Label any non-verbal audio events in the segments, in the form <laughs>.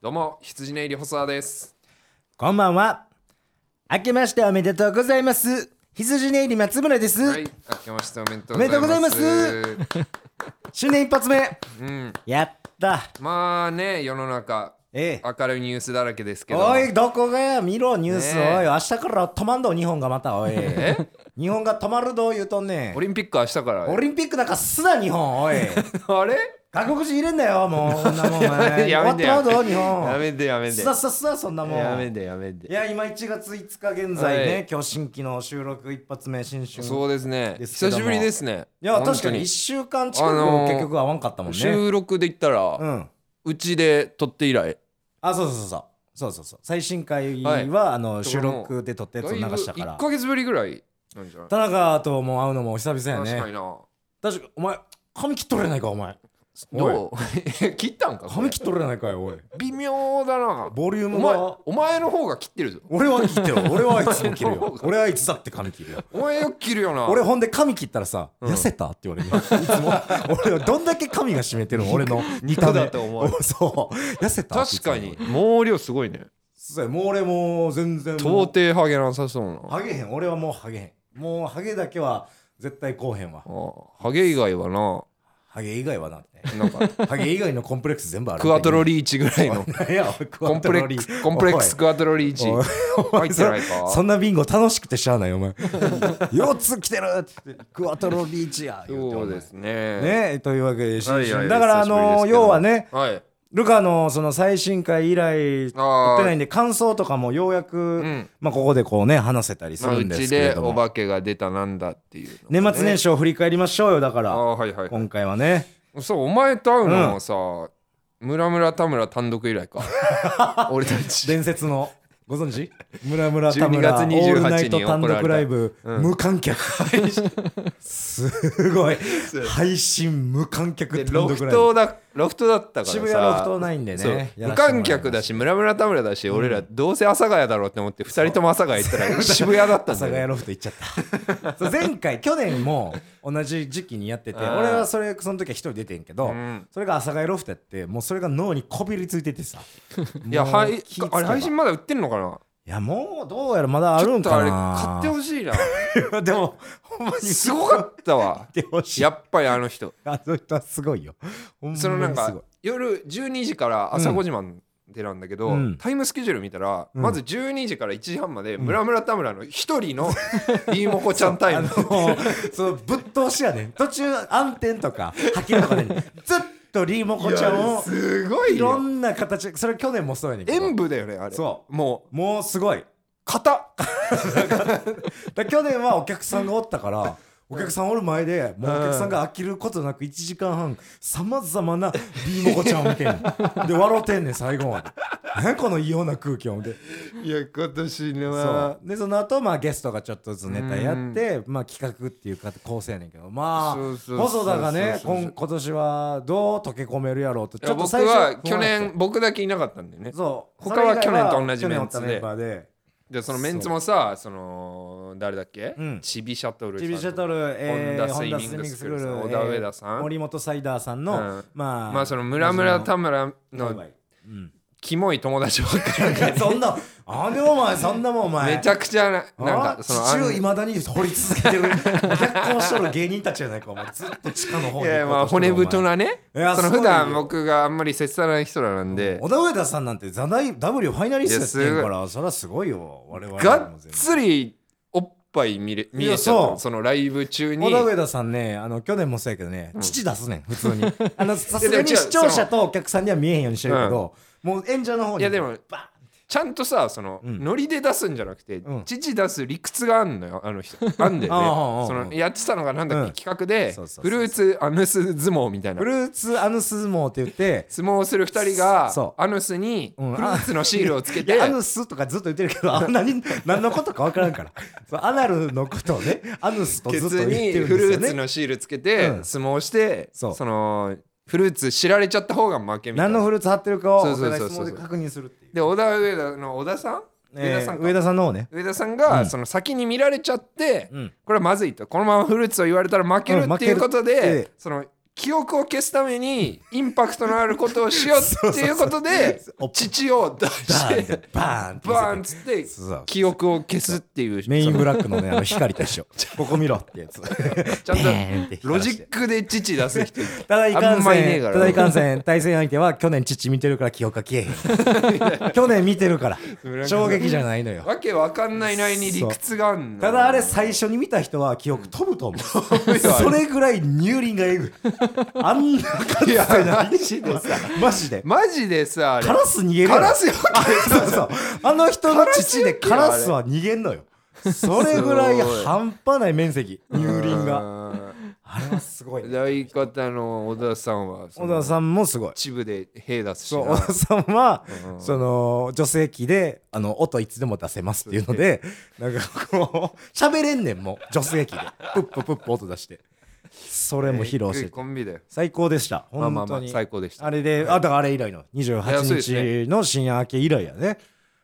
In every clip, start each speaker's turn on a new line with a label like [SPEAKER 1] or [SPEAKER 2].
[SPEAKER 1] どうも羊ネイリ細田です
[SPEAKER 2] こんばんは。明けましておめでとうございます。羊ネイリ松村です。
[SPEAKER 1] はい明けましておめでとう
[SPEAKER 2] おめでとう新年一発目。
[SPEAKER 1] うん
[SPEAKER 2] やった。
[SPEAKER 1] まあね世の中
[SPEAKER 2] ええ。
[SPEAKER 1] 明るいニュースだらけですけど
[SPEAKER 2] おい、どこがや見ろ、ニュース。
[SPEAKER 1] ねえ
[SPEAKER 2] おい、明日から止まんど、日本がまた。おい。
[SPEAKER 1] え
[SPEAKER 2] 日本が止まるど、言うとんね
[SPEAKER 1] オ。リンピック明日から
[SPEAKER 2] オリンピックなんかすな、日本。おい。
[SPEAKER 1] あれ
[SPEAKER 2] 外国人入れんだよ、もう。こんなもん。お前
[SPEAKER 1] <laughs>
[SPEAKER 2] 終
[SPEAKER 1] や
[SPEAKER 2] わ
[SPEAKER 1] め
[SPEAKER 2] っててま
[SPEAKER 1] や
[SPEAKER 2] うど、日
[SPEAKER 1] や
[SPEAKER 2] 本。
[SPEAKER 1] めてやめて
[SPEAKER 2] すだすだすだ、そんなもん。
[SPEAKER 1] やめてやめ
[SPEAKER 2] い
[SPEAKER 1] て
[SPEAKER 2] や、今1月5日現在
[SPEAKER 1] はい、
[SPEAKER 2] ね今日新規の収録一発目、新春。
[SPEAKER 1] そうですね
[SPEAKER 2] ですけど
[SPEAKER 1] 久し
[SPEAKER 2] も
[SPEAKER 1] ぶりですね
[SPEAKER 2] いや、
[SPEAKER 1] 本当
[SPEAKER 2] 確かに1週間近く結局会わんかったもんね。
[SPEAKER 1] 収録で言ったら、う
[SPEAKER 2] うん。
[SPEAKER 1] ちで撮って以来
[SPEAKER 2] あ、そうそうそうそう。そうそうそう。最新回は、
[SPEAKER 1] はい
[SPEAKER 2] あの収録で撮ったやつを流したか
[SPEAKER 1] 1
[SPEAKER 2] ら。
[SPEAKER 1] か月ぶりぐらいなんじゃない
[SPEAKER 2] 田中とも会うのも久々や
[SPEAKER 1] 確か
[SPEAKER 2] ね。
[SPEAKER 1] にな
[SPEAKER 2] 確かお前、髪切っとれないか、お前。
[SPEAKER 1] どう <laughs> 切ったんかこれ
[SPEAKER 2] 髪切っとれないかよ、おい。
[SPEAKER 1] 微妙だな
[SPEAKER 2] ボリュー
[SPEAKER 1] お
[SPEAKER 2] ム
[SPEAKER 1] 前
[SPEAKER 2] は。
[SPEAKER 1] お前の方が切ってるぞ
[SPEAKER 2] 俺は切ってよ。俺はあいつも切る
[SPEAKER 1] <laughs> お前の
[SPEAKER 2] よ
[SPEAKER 1] 方。が
[SPEAKER 2] 俺はいつだって髪切るよ。
[SPEAKER 1] お前よく切るよな
[SPEAKER 2] 俺ほんで髪切ったらさ、
[SPEAKER 1] うん
[SPEAKER 2] 痩せたって言われるよいつも
[SPEAKER 1] <laughs>
[SPEAKER 2] 俺はどんだけ髪が締めてるの俺の見た
[SPEAKER 1] 肉
[SPEAKER 2] 目
[SPEAKER 1] だと思われる
[SPEAKER 2] <laughs> そう痩せたってい
[SPEAKER 1] 確
[SPEAKER 2] つも
[SPEAKER 1] かに毛量すごいね
[SPEAKER 2] そうやもう俺もう全然もう
[SPEAKER 1] 到底ハゲなさそうな
[SPEAKER 2] ハゲへん俺はもうハゲへんもうハゲだけは絶対こうへんわ
[SPEAKER 1] ああハゲ以外はな
[SPEAKER 2] ハゲ以外はなって
[SPEAKER 1] なん <laughs> か
[SPEAKER 2] ハゲ以外のコンプレックス全部ある
[SPEAKER 1] クアトロ
[SPEAKER 2] リ
[SPEAKER 1] リーチぐらいの
[SPEAKER 2] <laughs> ーいやおいク
[SPEAKER 1] コ
[SPEAKER 2] ア
[SPEAKER 1] ン
[SPEAKER 2] ト
[SPEAKER 1] プレ
[SPEAKER 2] ロ
[SPEAKER 1] ッ
[SPEAKER 2] リ
[SPEAKER 1] ク
[SPEAKER 2] ー
[SPEAKER 1] スコンプレック
[SPEAKER 2] お
[SPEAKER 1] ス
[SPEAKER 2] い
[SPEAKER 1] クアトロリーチ
[SPEAKER 2] おいおい
[SPEAKER 1] 入ってない <laughs> か
[SPEAKER 2] そんなビンゴ楽しくてしゃあな
[SPEAKER 1] <laughs>
[SPEAKER 2] いよお前4つ来てるって言ってクアトロリーチや言
[SPEAKER 1] <laughs>
[SPEAKER 2] て
[SPEAKER 1] そうですね
[SPEAKER 2] お前ねというわけで新
[SPEAKER 1] はいはい
[SPEAKER 2] 春だからあの
[SPEAKER 1] 久しぶりですけど
[SPEAKER 2] 要はね
[SPEAKER 1] はい
[SPEAKER 2] ルカのその最新回以来撮ってないんで感想とかもようや
[SPEAKER 1] う
[SPEAKER 2] く
[SPEAKER 1] ん
[SPEAKER 2] まあここでこうね話せたりす
[SPEAKER 1] まあ
[SPEAKER 2] る
[SPEAKER 1] うん
[SPEAKER 2] で
[SPEAKER 1] ち
[SPEAKER 2] すけれ
[SPEAKER 1] で
[SPEAKER 2] ど
[SPEAKER 1] お
[SPEAKER 2] も
[SPEAKER 1] 化けが出たなんだっていうの
[SPEAKER 2] 年末年始を振り返りましょうよだか
[SPEAKER 1] あ
[SPEAKER 2] ら
[SPEAKER 1] あはいはい
[SPEAKER 2] 今回はね
[SPEAKER 1] そうお前と会うのもさ村村田村単独以来 <laughs> か俺たち
[SPEAKER 2] 伝説のご
[SPEAKER 1] <laughs>
[SPEAKER 2] 存知村村田
[SPEAKER 1] 12
[SPEAKER 2] 村
[SPEAKER 1] 月28
[SPEAKER 2] オールナイト単独ライブ、
[SPEAKER 1] うん
[SPEAKER 2] 無
[SPEAKER 1] <laughs>
[SPEAKER 2] 観客すごい配信無観客
[SPEAKER 1] で
[SPEAKER 2] 単
[SPEAKER 1] ロ
[SPEAKER 2] 独
[SPEAKER 1] フ
[SPEAKER 2] ライ
[SPEAKER 1] ト
[SPEAKER 2] ブ
[SPEAKER 1] だロフトだったからさ
[SPEAKER 2] 渋谷ロフトないんで
[SPEAKER 1] そう
[SPEAKER 2] ねや
[SPEAKER 1] 無
[SPEAKER 2] らせてもらいます
[SPEAKER 1] 観客だし村村田村だし、俺らどうせ阿佐ヶ谷だろうって思って2人とも阿佐ヶ谷行
[SPEAKER 2] <laughs>
[SPEAKER 1] ったら渋谷だった
[SPEAKER 2] 阿
[SPEAKER 1] ん
[SPEAKER 2] 佐
[SPEAKER 1] だ
[SPEAKER 2] ヶ谷
[SPEAKER 1] よ
[SPEAKER 2] ロフト行っちゃったそう前回去年も同じ時期にやってて
[SPEAKER 1] あー
[SPEAKER 2] 俺はそれその時は一人出てんけど、
[SPEAKER 1] うん
[SPEAKER 2] それが阿佐ヶ谷ロフトやってもうそれが脳にこびりついててさ
[SPEAKER 1] いや
[SPEAKER 2] もう
[SPEAKER 1] はい
[SPEAKER 2] 気ぃつけば
[SPEAKER 1] あれ配信まだ売ってんのかない
[SPEAKER 2] やもうどうやらまだあるん
[SPEAKER 1] ちょっと
[SPEAKER 2] か
[SPEAKER 1] あれ買
[SPEAKER 2] な
[SPEAKER 1] ってほしいな
[SPEAKER 2] ってでもほんまに
[SPEAKER 1] すごかった
[SPEAKER 2] <laughs>
[SPEAKER 1] わ
[SPEAKER 2] 買ってほしい
[SPEAKER 1] やっぱりあの人
[SPEAKER 2] あの人はすごいよ。ほんまにす
[SPEAKER 1] そ
[SPEAKER 2] ご
[SPEAKER 1] の
[SPEAKER 2] い
[SPEAKER 1] なんか夜12時から朝5時までなんだけど、
[SPEAKER 2] うん
[SPEAKER 1] タイムスケジュール見たら、
[SPEAKER 2] うん
[SPEAKER 1] まず12時から1時半まで村村田村の一人
[SPEAKER 2] <laughs>
[SPEAKER 1] のリーモコちゃんタイム
[SPEAKER 2] あのそのぶっ通しやねん。途中暗転とか波形とかでずっとリモコちゃん
[SPEAKER 1] いや
[SPEAKER 2] を
[SPEAKER 1] すごい
[SPEAKER 2] いろ
[SPEAKER 1] よ
[SPEAKER 2] んな形それ去年もそうやねんけど
[SPEAKER 1] 演舞だよねあれ
[SPEAKER 2] そ
[SPEAKER 1] もう
[SPEAKER 2] もうすごい。
[SPEAKER 1] 型
[SPEAKER 2] だ去年はお客さんがおったから。お客さんおる前でもうお客さんが飽きることなく1時間半さまざまなリモコちゃんを見てんので笑ってんねん最後まで何この異様な空気をで
[SPEAKER 1] いや今年の
[SPEAKER 2] そ
[SPEAKER 1] は
[SPEAKER 2] うでその後、まあゲストがちょっとずつネタやって、まあ、企画っていうか構成やねんけどまあ
[SPEAKER 1] そうそうそうそう
[SPEAKER 2] 細田がね
[SPEAKER 1] そうそうそう
[SPEAKER 2] 今今年はどう溶け込めるやろうと
[SPEAKER 1] い
[SPEAKER 2] ち
[SPEAKER 1] や
[SPEAKER 2] ょっと
[SPEAKER 1] 僕
[SPEAKER 2] 最初
[SPEAKER 1] は去
[SPEAKER 2] 不安やっ
[SPEAKER 1] 年僕だけいなかったんでね
[SPEAKER 2] たそう
[SPEAKER 1] 他は
[SPEAKER 2] それ以
[SPEAKER 1] 去
[SPEAKER 2] 外
[SPEAKER 1] 年と同じメンツで
[SPEAKER 2] 去年おったメンバーで
[SPEAKER 1] でそのメンツもさその誰だっけ、
[SPEAKER 2] うん
[SPEAKER 1] チビシャトルさ
[SPEAKER 2] チ
[SPEAKER 1] ん
[SPEAKER 2] ビシャトル、えー、
[SPEAKER 1] ホンダスイミングスクールさん小田上田さん
[SPEAKER 2] えー森本サイダーさんの、
[SPEAKER 1] うん
[SPEAKER 2] まあ
[SPEAKER 1] まあその村村田村
[SPEAKER 2] の
[SPEAKER 1] のキモい友達ばっかり
[SPEAKER 2] うん、 <laughs> そんなあでもお前そんなもんお前
[SPEAKER 1] めちゃくちゃななん
[SPEAKER 2] あ
[SPEAKER 1] かそのあ
[SPEAKER 2] 地中い
[SPEAKER 1] ん
[SPEAKER 2] まだに掘り続けてる逆行しとる芸人たちじゃないかお前ずっと地下の方
[SPEAKER 1] <laughs> い
[SPEAKER 2] に
[SPEAKER 1] やまあ骨太なね
[SPEAKER 2] いや
[SPEAKER 1] その
[SPEAKER 2] すごい
[SPEAKER 1] 普段僕があんまり接さない人らなんで
[SPEAKER 2] 小田上田さんなんてザ・ダイ W ファイナリストやってるからそれはすごいよ我々
[SPEAKER 1] がっ
[SPEAKER 2] も全
[SPEAKER 1] つりおっぱい見れ見えちゃ
[SPEAKER 2] い
[SPEAKER 1] っ
[SPEAKER 2] やそ
[SPEAKER 1] た
[SPEAKER 2] う
[SPEAKER 1] そのライブ中
[SPEAKER 2] 部
[SPEAKER 1] に
[SPEAKER 2] 小田上田さんねあの去年もそうやけどね、
[SPEAKER 1] ん
[SPEAKER 2] 父出すねん
[SPEAKER 1] <laughs>
[SPEAKER 2] 普 <laughs> 通にあのさす
[SPEAKER 1] いや
[SPEAKER 2] が
[SPEAKER 1] でも
[SPEAKER 2] に
[SPEAKER 1] 違う
[SPEAKER 2] 視聴者とお客さんには見えへんようにしてるけど、もう演者の方に
[SPEAKER 1] いやでも
[SPEAKER 2] バ
[SPEAKER 1] ちゃんとさその、
[SPEAKER 2] うん
[SPEAKER 1] ノリで出すんじゃなくて、
[SPEAKER 2] うん
[SPEAKER 1] 父出す理屈があんのよあの
[SPEAKER 2] <laughs>
[SPEAKER 1] 人あんだ
[SPEAKER 2] ああ
[SPEAKER 1] よ
[SPEAKER 2] ああ
[SPEAKER 1] ねそのやってたのがなんだっけ、
[SPEAKER 2] うん
[SPEAKER 1] 企画で
[SPEAKER 2] そうそうそ
[SPEAKER 1] フ
[SPEAKER 2] う
[SPEAKER 1] ルーツアヌス相撲みたい
[SPEAKER 2] ン
[SPEAKER 1] な
[SPEAKER 2] フルーツアヌス相撲って言って
[SPEAKER 1] 相撲をする2人が
[SPEAKER 2] そう
[SPEAKER 1] アヌスにフ
[SPEAKER 2] う
[SPEAKER 1] ル
[SPEAKER 2] ん
[SPEAKER 1] ーツのシールをつけ
[SPEAKER 2] い
[SPEAKER 1] て、
[SPEAKER 2] やアヌスとかずっと言ってるけどあんなに何のことか分からんからそうアナルのことをねアヌスと
[SPEAKER 1] ケ
[SPEAKER 2] ずっ
[SPEAKER 1] ツ
[SPEAKER 2] と言っ
[SPEAKER 1] に
[SPEAKER 2] てるん
[SPEAKER 1] フ
[SPEAKER 2] です
[SPEAKER 1] ル
[SPEAKER 2] よ
[SPEAKER 1] ーツ
[SPEAKER 2] ね
[SPEAKER 1] のシールつけて
[SPEAKER 2] うん
[SPEAKER 1] 相撲して、
[SPEAKER 2] そう
[SPEAKER 1] そのフルーツ知られちゃった方が負けみたい
[SPEAKER 2] 何の
[SPEAKER 1] な
[SPEAKER 2] フルーツ貼ってるかを
[SPEAKER 1] そう
[SPEAKER 2] お
[SPEAKER 1] そう
[SPEAKER 2] 互い
[SPEAKER 1] そう
[SPEAKER 2] 相
[SPEAKER 1] そう
[SPEAKER 2] 撲で確認するっていう
[SPEAKER 1] で小田上田の小田さん、上田さん
[SPEAKER 2] えー
[SPEAKER 1] か
[SPEAKER 2] 上田さんの方ね
[SPEAKER 1] 上田さんが、その先に見られちゃって、
[SPEAKER 2] うん
[SPEAKER 1] これはまずいとこのままフルーツを言われたら負ける
[SPEAKER 2] うん
[SPEAKER 1] っていうこと
[SPEAKER 2] 負ける
[SPEAKER 1] で、
[SPEAKER 2] って
[SPEAKER 1] その記憶を消すためにインパクトのあることをしようっていう
[SPEAKER 2] <laughs>
[SPEAKER 1] ことで
[SPEAKER 2] おっ
[SPEAKER 1] 父を出
[SPEAKER 2] バーンっ
[SPEAKER 1] してて
[SPEAKER 2] バーンって
[SPEAKER 1] バーンっ
[SPEAKER 2] 見
[SPEAKER 1] つ
[SPEAKER 2] せて
[SPEAKER 1] って
[SPEAKER 2] そう
[SPEAKER 1] 記憶を消すっていう
[SPEAKER 2] メイ
[SPEAKER 1] そ
[SPEAKER 2] ンブ
[SPEAKER 1] の
[SPEAKER 2] ラックのねあの光と
[SPEAKER 1] <laughs>
[SPEAKER 2] 一緒ここ見ろってやつ
[SPEAKER 1] ちゃん
[SPEAKER 2] バーンって
[SPEAKER 1] とロ
[SPEAKER 2] 光ら
[SPEAKER 1] ジ
[SPEAKER 2] して
[SPEAKER 1] ックで父出す人
[SPEAKER 2] ただいか
[SPEAKER 1] あ
[SPEAKER 2] ん
[SPEAKER 1] んまい
[SPEAKER 2] せ
[SPEAKER 1] ね
[SPEAKER 2] ん
[SPEAKER 1] えから
[SPEAKER 2] ただいかんせん対戦相手は去年父見てるから記憶が消え
[SPEAKER 1] <laughs>
[SPEAKER 2] へん去年見てるから衝撃じゃないのよ
[SPEAKER 1] わけわかんないなりに理屈があんの
[SPEAKER 2] ただあれ最初に見た人は記憶飛ぶと思う
[SPEAKER 1] ぶよ
[SPEAKER 2] それぐらい乳輪が
[SPEAKER 1] <laughs>
[SPEAKER 2] えぐいあんな感じじゃないマジでさマジで
[SPEAKER 1] マジでさあれ
[SPEAKER 2] カラス逃げるや
[SPEAKER 1] カ
[SPEAKER 2] ろ
[SPEAKER 1] ラスよ
[SPEAKER 2] あそうそうあの人の父でカ
[SPEAKER 1] カラ
[SPEAKER 2] ラ
[SPEAKER 1] スよ
[SPEAKER 2] スは逃げんのよそれぐらい半端ない面積乳輪が
[SPEAKER 1] が
[SPEAKER 2] あれはすごいね
[SPEAKER 1] 相方の小田さんはそ
[SPEAKER 2] 小
[SPEAKER 1] の
[SPEAKER 2] 田さんもすごい
[SPEAKER 1] 秩父で兵出すしな
[SPEAKER 2] そう小田さんは、
[SPEAKER 1] うん
[SPEAKER 2] その女性器であの音いつでも出せますっていうのでなんかこう喋れんねんもう女性器でプッププップ音出してそれも披露
[SPEAKER 1] え
[SPEAKER 2] して
[SPEAKER 1] ぐいコンビだよ
[SPEAKER 2] 最高でした本
[SPEAKER 1] ま
[SPEAKER 2] 当
[SPEAKER 1] あまあ
[SPEAKER 2] に、
[SPEAKER 1] まあ最高でした
[SPEAKER 2] あれであだからあれ以来の
[SPEAKER 1] いやそうです
[SPEAKER 2] 28
[SPEAKER 1] ね
[SPEAKER 2] 日の深夜明け以来やね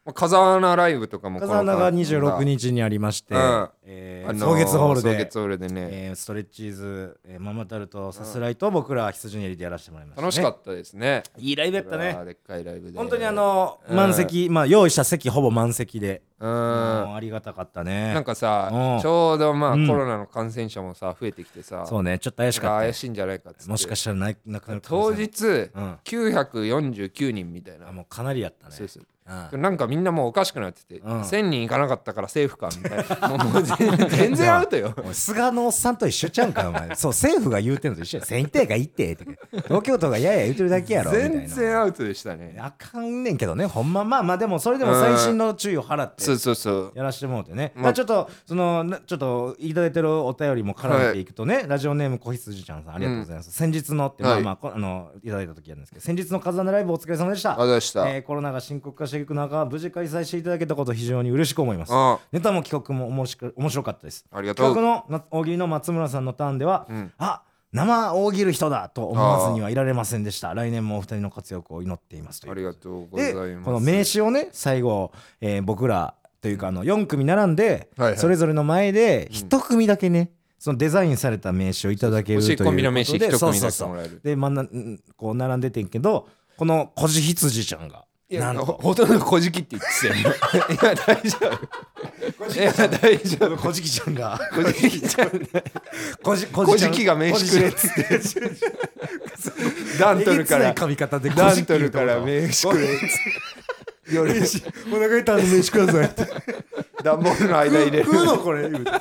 [SPEAKER 1] まあ風穴ライブとかもこの
[SPEAKER 2] 風穴が26日にありまして、
[SPEAKER 1] うん
[SPEAKER 2] え
[SPEAKER 1] あ
[SPEAKER 2] ー
[SPEAKER 1] の
[SPEAKER 2] 草月ホール
[SPEAKER 1] 草
[SPEAKER 2] で
[SPEAKER 1] 月、ホールでね
[SPEAKER 2] えーストレッチーズ、えーママタルトさすらいと僕ら羊練りでやらせてもらいました、ね、
[SPEAKER 1] 楽しかったですね
[SPEAKER 2] たいいライブやったね
[SPEAKER 1] あーでっかいライブで
[SPEAKER 2] 本当にあの満席、まあ用意した席ほぼ満席で、
[SPEAKER 1] う
[SPEAKER 2] も
[SPEAKER 1] ん
[SPEAKER 2] うありがたかったね
[SPEAKER 1] なんかさ
[SPEAKER 2] うん
[SPEAKER 1] ちょうどまあ
[SPEAKER 2] うん
[SPEAKER 1] コロナの感染者もさ増えてきてさ
[SPEAKER 2] そうねちょっと怪し
[SPEAKER 1] なん
[SPEAKER 2] かった
[SPEAKER 1] 怪
[SPEAKER 2] よ
[SPEAKER 1] しいんじゃないかっつって
[SPEAKER 2] もしかしたらななくなる可能
[SPEAKER 1] 当
[SPEAKER 2] 性も
[SPEAKER 1] 日
[SPEAKER 2] うん
[SPEAKER 1] 949人みたいな
[SPEAKER 2] あもうかなりやったね
[SPEAKER 1] そうそう
[SPEAKER 2] うん
[SPEAKER 1] なんかみんなもうおかしくなってて
[SPEAKER 2] うん
[SPEAKER 1] 1000人いかなかったからセーフかみたい
[SPEAKER 2] <laughs>
[SPEAKER 1] なもうもう全全然アウトよ
[SPEAKER 2] おい菅のおっさんと一緒ちゃうんかお前そう政府が言うてんのと一緒や選定が言ってとか東京都がやや言うてるだけやろみたいな
[SPEAKER 1] 全然アウトでしたね
[SPEAKER 2] あかんねんけどねほんままあまあでもそれでも最新の注意を払って
[SPEAKER 1] そうそうそう
[SPEAKER 2] やらしてもうてね、
[SPEAKER 1] まあ
[SPEAKER 2] あ、ちょっとそのなちょっといただいてるお便りも絡めていくとね、ラジオネーム小羊ちゃんさんありがとうございます、先日のって、
[SPEAKER 1] はい
[SPEAKER 2] まあまあこあのいただいた時なんですけど先日の「風穴ライブ」お疲れ様でした
[SPEAKER 1] ありがとうございました
[SPEAKER 2] えーコロナが深刻化していく中無事開催していただけたこと非常に嬉しく思います
[SPEAKER 1] あ
[SPEAKER 2] ネタも企画も面白く面白かったです
[SPEAKER 1] ありがと
[SPEAKER 2] 企
[SPEAKER 1] う
[SPEAKER 2] 画のな大喜利の松村さんのターンでは、
[SPEAKER 1] うん
[SPEAKER 2] あ生大喜利人だと思わずにはいられませんでした来年もお二人の活躍を祈っていますという
[SPEAKER 1] ありがとうござ
[SPEAKER 2] で
[SPEAKER 1] います
[SPEAKER 2] この名刺をね最後、えー僕らというかあの4組並んで、
[SPEAKER 1] はいはい
[SPEAKER 2] それぞれの前で1組だけね、そのデザインされた名刺をいただける
[SPEAKER 1] 欲し
[SPEAKER 2] という
[SPEAKER 1] い
[SPEAKER 2] こと
[SPEAKER 1] コン
[SPEAKER 2] で
[SPEAKER 1] ビの名刺一
[SPEAKER 2] そう
[SPEAKER 1] 組
[SPEAKER 2] そう
[SPEAKER 1] だけ
[SPEAKER 2] そ
[SPEAKER 1] も
[SPEAKER 2] う
[SPEAKER 1] らえる
[SPEAKER 2] で真ん中んこう並んでてんけどこのこじひつじちゃんが
[SPEAKER 1] いや
[SPEAKER 2] なん
[SPEAKER 1] ほほと
[SPEAKER 2] と
[SPEAKER 1] んど小じきって言ってたよいや大丈夫いや大丈夫
[SPEAKER 2] こじきちゃんが
[SPEAKER 1] 小じきちゃん
[SPEAKER 2] こじ
[SPEAKER 1] <laughs>
[SPEAKER 2] こ
[SPEAKER 1] 小
[SPEAKER 2] ち
[SPEAKER 1] じ
[SPEAKER 2] ゃん
[SPEAKER 1] きが名刺くれっ
[SPEAKER 2] こ
[SPEAKER 1] つってダン
[SPEAKER 2] じき
[SPEAKER 1] ト
[SPEAKER 2] えげ
[SPEAKER 1] ル
[SPEAKER 2] つ
[SPEAKER 1] か
[SPEAKER 2] ない
[SPEAKER 1] ら
[SPEAKER 2] 髪型で
[SPEAKER 1] ダントルから名刺くれっつって夜
[SPEAKER 2] <laughs> お腹痛いの名刺くださいって
[SPEAKER 1] 段ボールの間入れる
[SPEAKER 2] 食うのこれ言 <laughs> うて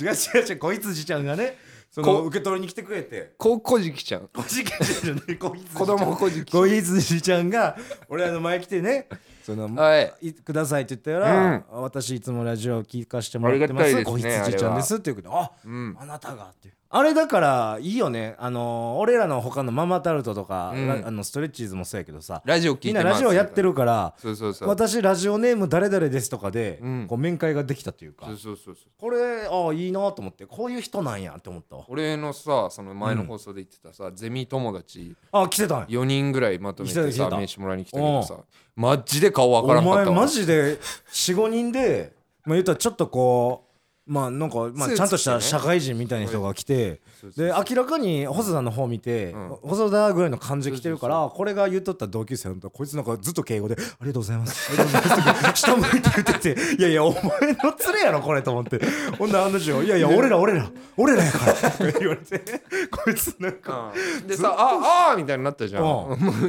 [SPEAKER 2] 違う違う違うこいつじちゃんがねその
[SPEAKER 1] こ
[SPEAKER 2] 受け取りに来てくれて
[SPEAKER 1] 高小じきちゃん
[SPEAKER 2] こじきじゃないこいつじちゃ
[SPEAKER 1] 子
[SPEAKER 2] ん
[SPEAKER 1] 供小じき
[SPEAKER 2] こいつじちゃんが俺らの前来てねその
[SPEAKER 1] はい
[SPEAKER 2] いくださいって言ったら、私いつもラジオ聞かせてもらってま
[SPEAKER 1] あり
[SPEAKER 2] す
[SPEAKER 1] がたい
[SPEAKER 2] こ
[SPEAKER 1] で
[SPEAKER 2] い
[SPEAKER 1] すね
[SPEAKER 2] つじちゃんですっていうことであ、
[SPEAKER 1] うん
[SPEAKER 2] あなたがっていうあれだからいいよねあの俺らの他のママタルトとか、
[SPEAKER 1] うん
[SPEAKER 2] ラあのストレッチーズもそうやけどさ
[SPEAKER 1] ラジオ聞
[SPEAKER 2] み
[SPEAKER 1] い
[SPEAKER 2] ん
[SPEAKER 1] て
[SPEAKER 2] な
[SPEAKER 1] ます
[SPEAKER 2] ラジオやってるから
[SPEAKER 1] そうそうそう
[SPEAKER 2] 私ラジオネーム誰々ですとかで、
[SPEAKER 1] うん
[SPEAKER 2] こう面会ができたというか
[SPEAKER 1] そうそうそうそう
[SPEAKER 2] これああいいなと思ってこういう人なんやって思ったわ
[SPEAKER 1] 俺のさその前の放送で言ってたさ、ゼミ友達
[SPEAKER 2] あ来てたんや
[SPEAKER 1] 4人ぐらいまとめ
[SPEAKER 2] 来
[SPEAKER 1] て
[SPEAKER 2] てた来
[SPEAKER 1] さ
[SPEAKER 2] てた
[SPEAKER 1] 名刺もらいに来たけどさマジで顔わから
[SPEAKER 2] お
[SPEAKER 1] んかっ
[SPEAKER 2] 前
[SPEAKER 1] たわ
[SPEAKER 2] マジで45人でまあ言ったらちょっとこうまあなんか、まあ、
[SPEAKER 1] スーツ着てね
[SPEAKER 2] ちゃんとした社会人みたいな人が来て
[SPEAKER 1] そうそう
[SPEAKER 2] で明らかに細田の方見て、
[SPEAKER 1] ん
[SPEAKER 2] 細田ぐらいの感じで来てるからこれが言っとった同級生のとこいつなんかずっと敬語で「ありがとうございます」ありがとうございます下向いて言ってて「いやいやお前の連れやろこれ」と思ってほんであの人が「いやいや俺ら俺ら俺らやから」とか言われて <laughs> こいつなんか。
[SPEAKER 1] うんでさああーみたいになったじゃん
[SPEAKER 2] う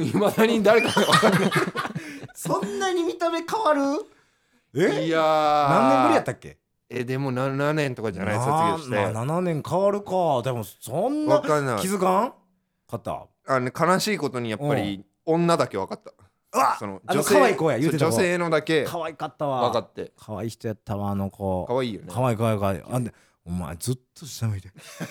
[SPEAKER 1] <laughs> いまだに誰かわかんない
[SPEAKER 2] そんなに見た目変わる <laughs> え
[SPEAKER 1] いやー
[SPEAKER 2] 何年ぶりやったっけ
[SPEAKER 1] えでも7年とかじゃない卒業して
[SPEAKER 2] なまあ、7年変わるかでもそんな
[SPEAKER 1] わ
[SPEAKER 2] 気
[SPEAKER 1] かんない
[SPEAKER 2] づかんかったう
[SPEAKER 1] あの悲しいことにやっぱり女だけ分かった
[SPEAKER 2] わ
[SPEAKER 1] その
[SPEAKER 2] あの
[SPEAKER 1] 女性
[SPEAKER 2] 可愛い子や言うてた
[SPEAKER 1] そう
[SPEAKER 2] 子
[SPEAKER 1] 女性のだけ
[SPEAKER 2] 可愛かったわ
[SPEAKER 1] 分かって
[SPEAKER 2] 可愛い人やったわあの子
[SPEAKER 1] 可愛いよね
[SPEAKER 2] 可愛い可愛い可愛いあんでお前ずっと下向いて <laughs>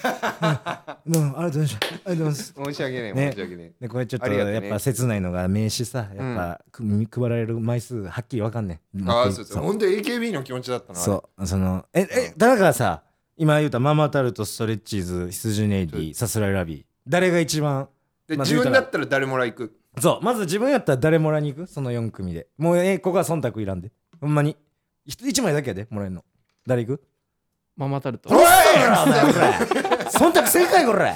[SPEAKER 2] うんどうもありがとうございましたありがとうございます
[SPEAKER 1] 申し訳ねえ、
[SPEAKER 2] ね
[SPEAKER 1] 申し訳ね
[SPEAKER 2] でこれちょっ
[SPEAKER 1] あ
[SPEAKER 2] と
[SPEAKER 1] りがとうね
[SPEAKER 2] やっぱ切ないのが名刺さやっぱく見配られる枚数はっきりわかんね
[SPEAKER 1] え
[SPEAKER 2] ん
[SPEAKER 1] ああ
[SPEAKER 2] 持
[SPEAKER 1] そう
[SPEAKER 2] って
[SPEAKER 1] そう本当 AKB の気持ちだったな
[SPEAKER 2] そうそのええだからさ今言うたママタルトストレッチーズ羊ネイリーさすらいラビー誰が一番
[SPEAKER 1] で
[SPEAKER 2] まあ
[SPEAKER 1] 自
[SPEAKER 2] 言うた
[SPEAKER 1] 分
[SPEAKER 2] ら
[SPEAKER 1] だったら誰もらいく
[SPEAKER 2] そうまず自分やったら誰もらいに行くその4組でもうええここは忖度いらんでほんまにひ一枚だけやでもらえんの誰行く
[SPEAKER 3] ママタルト
[SPEAKER 2] 殺すぞこれ忖度せんかいこれ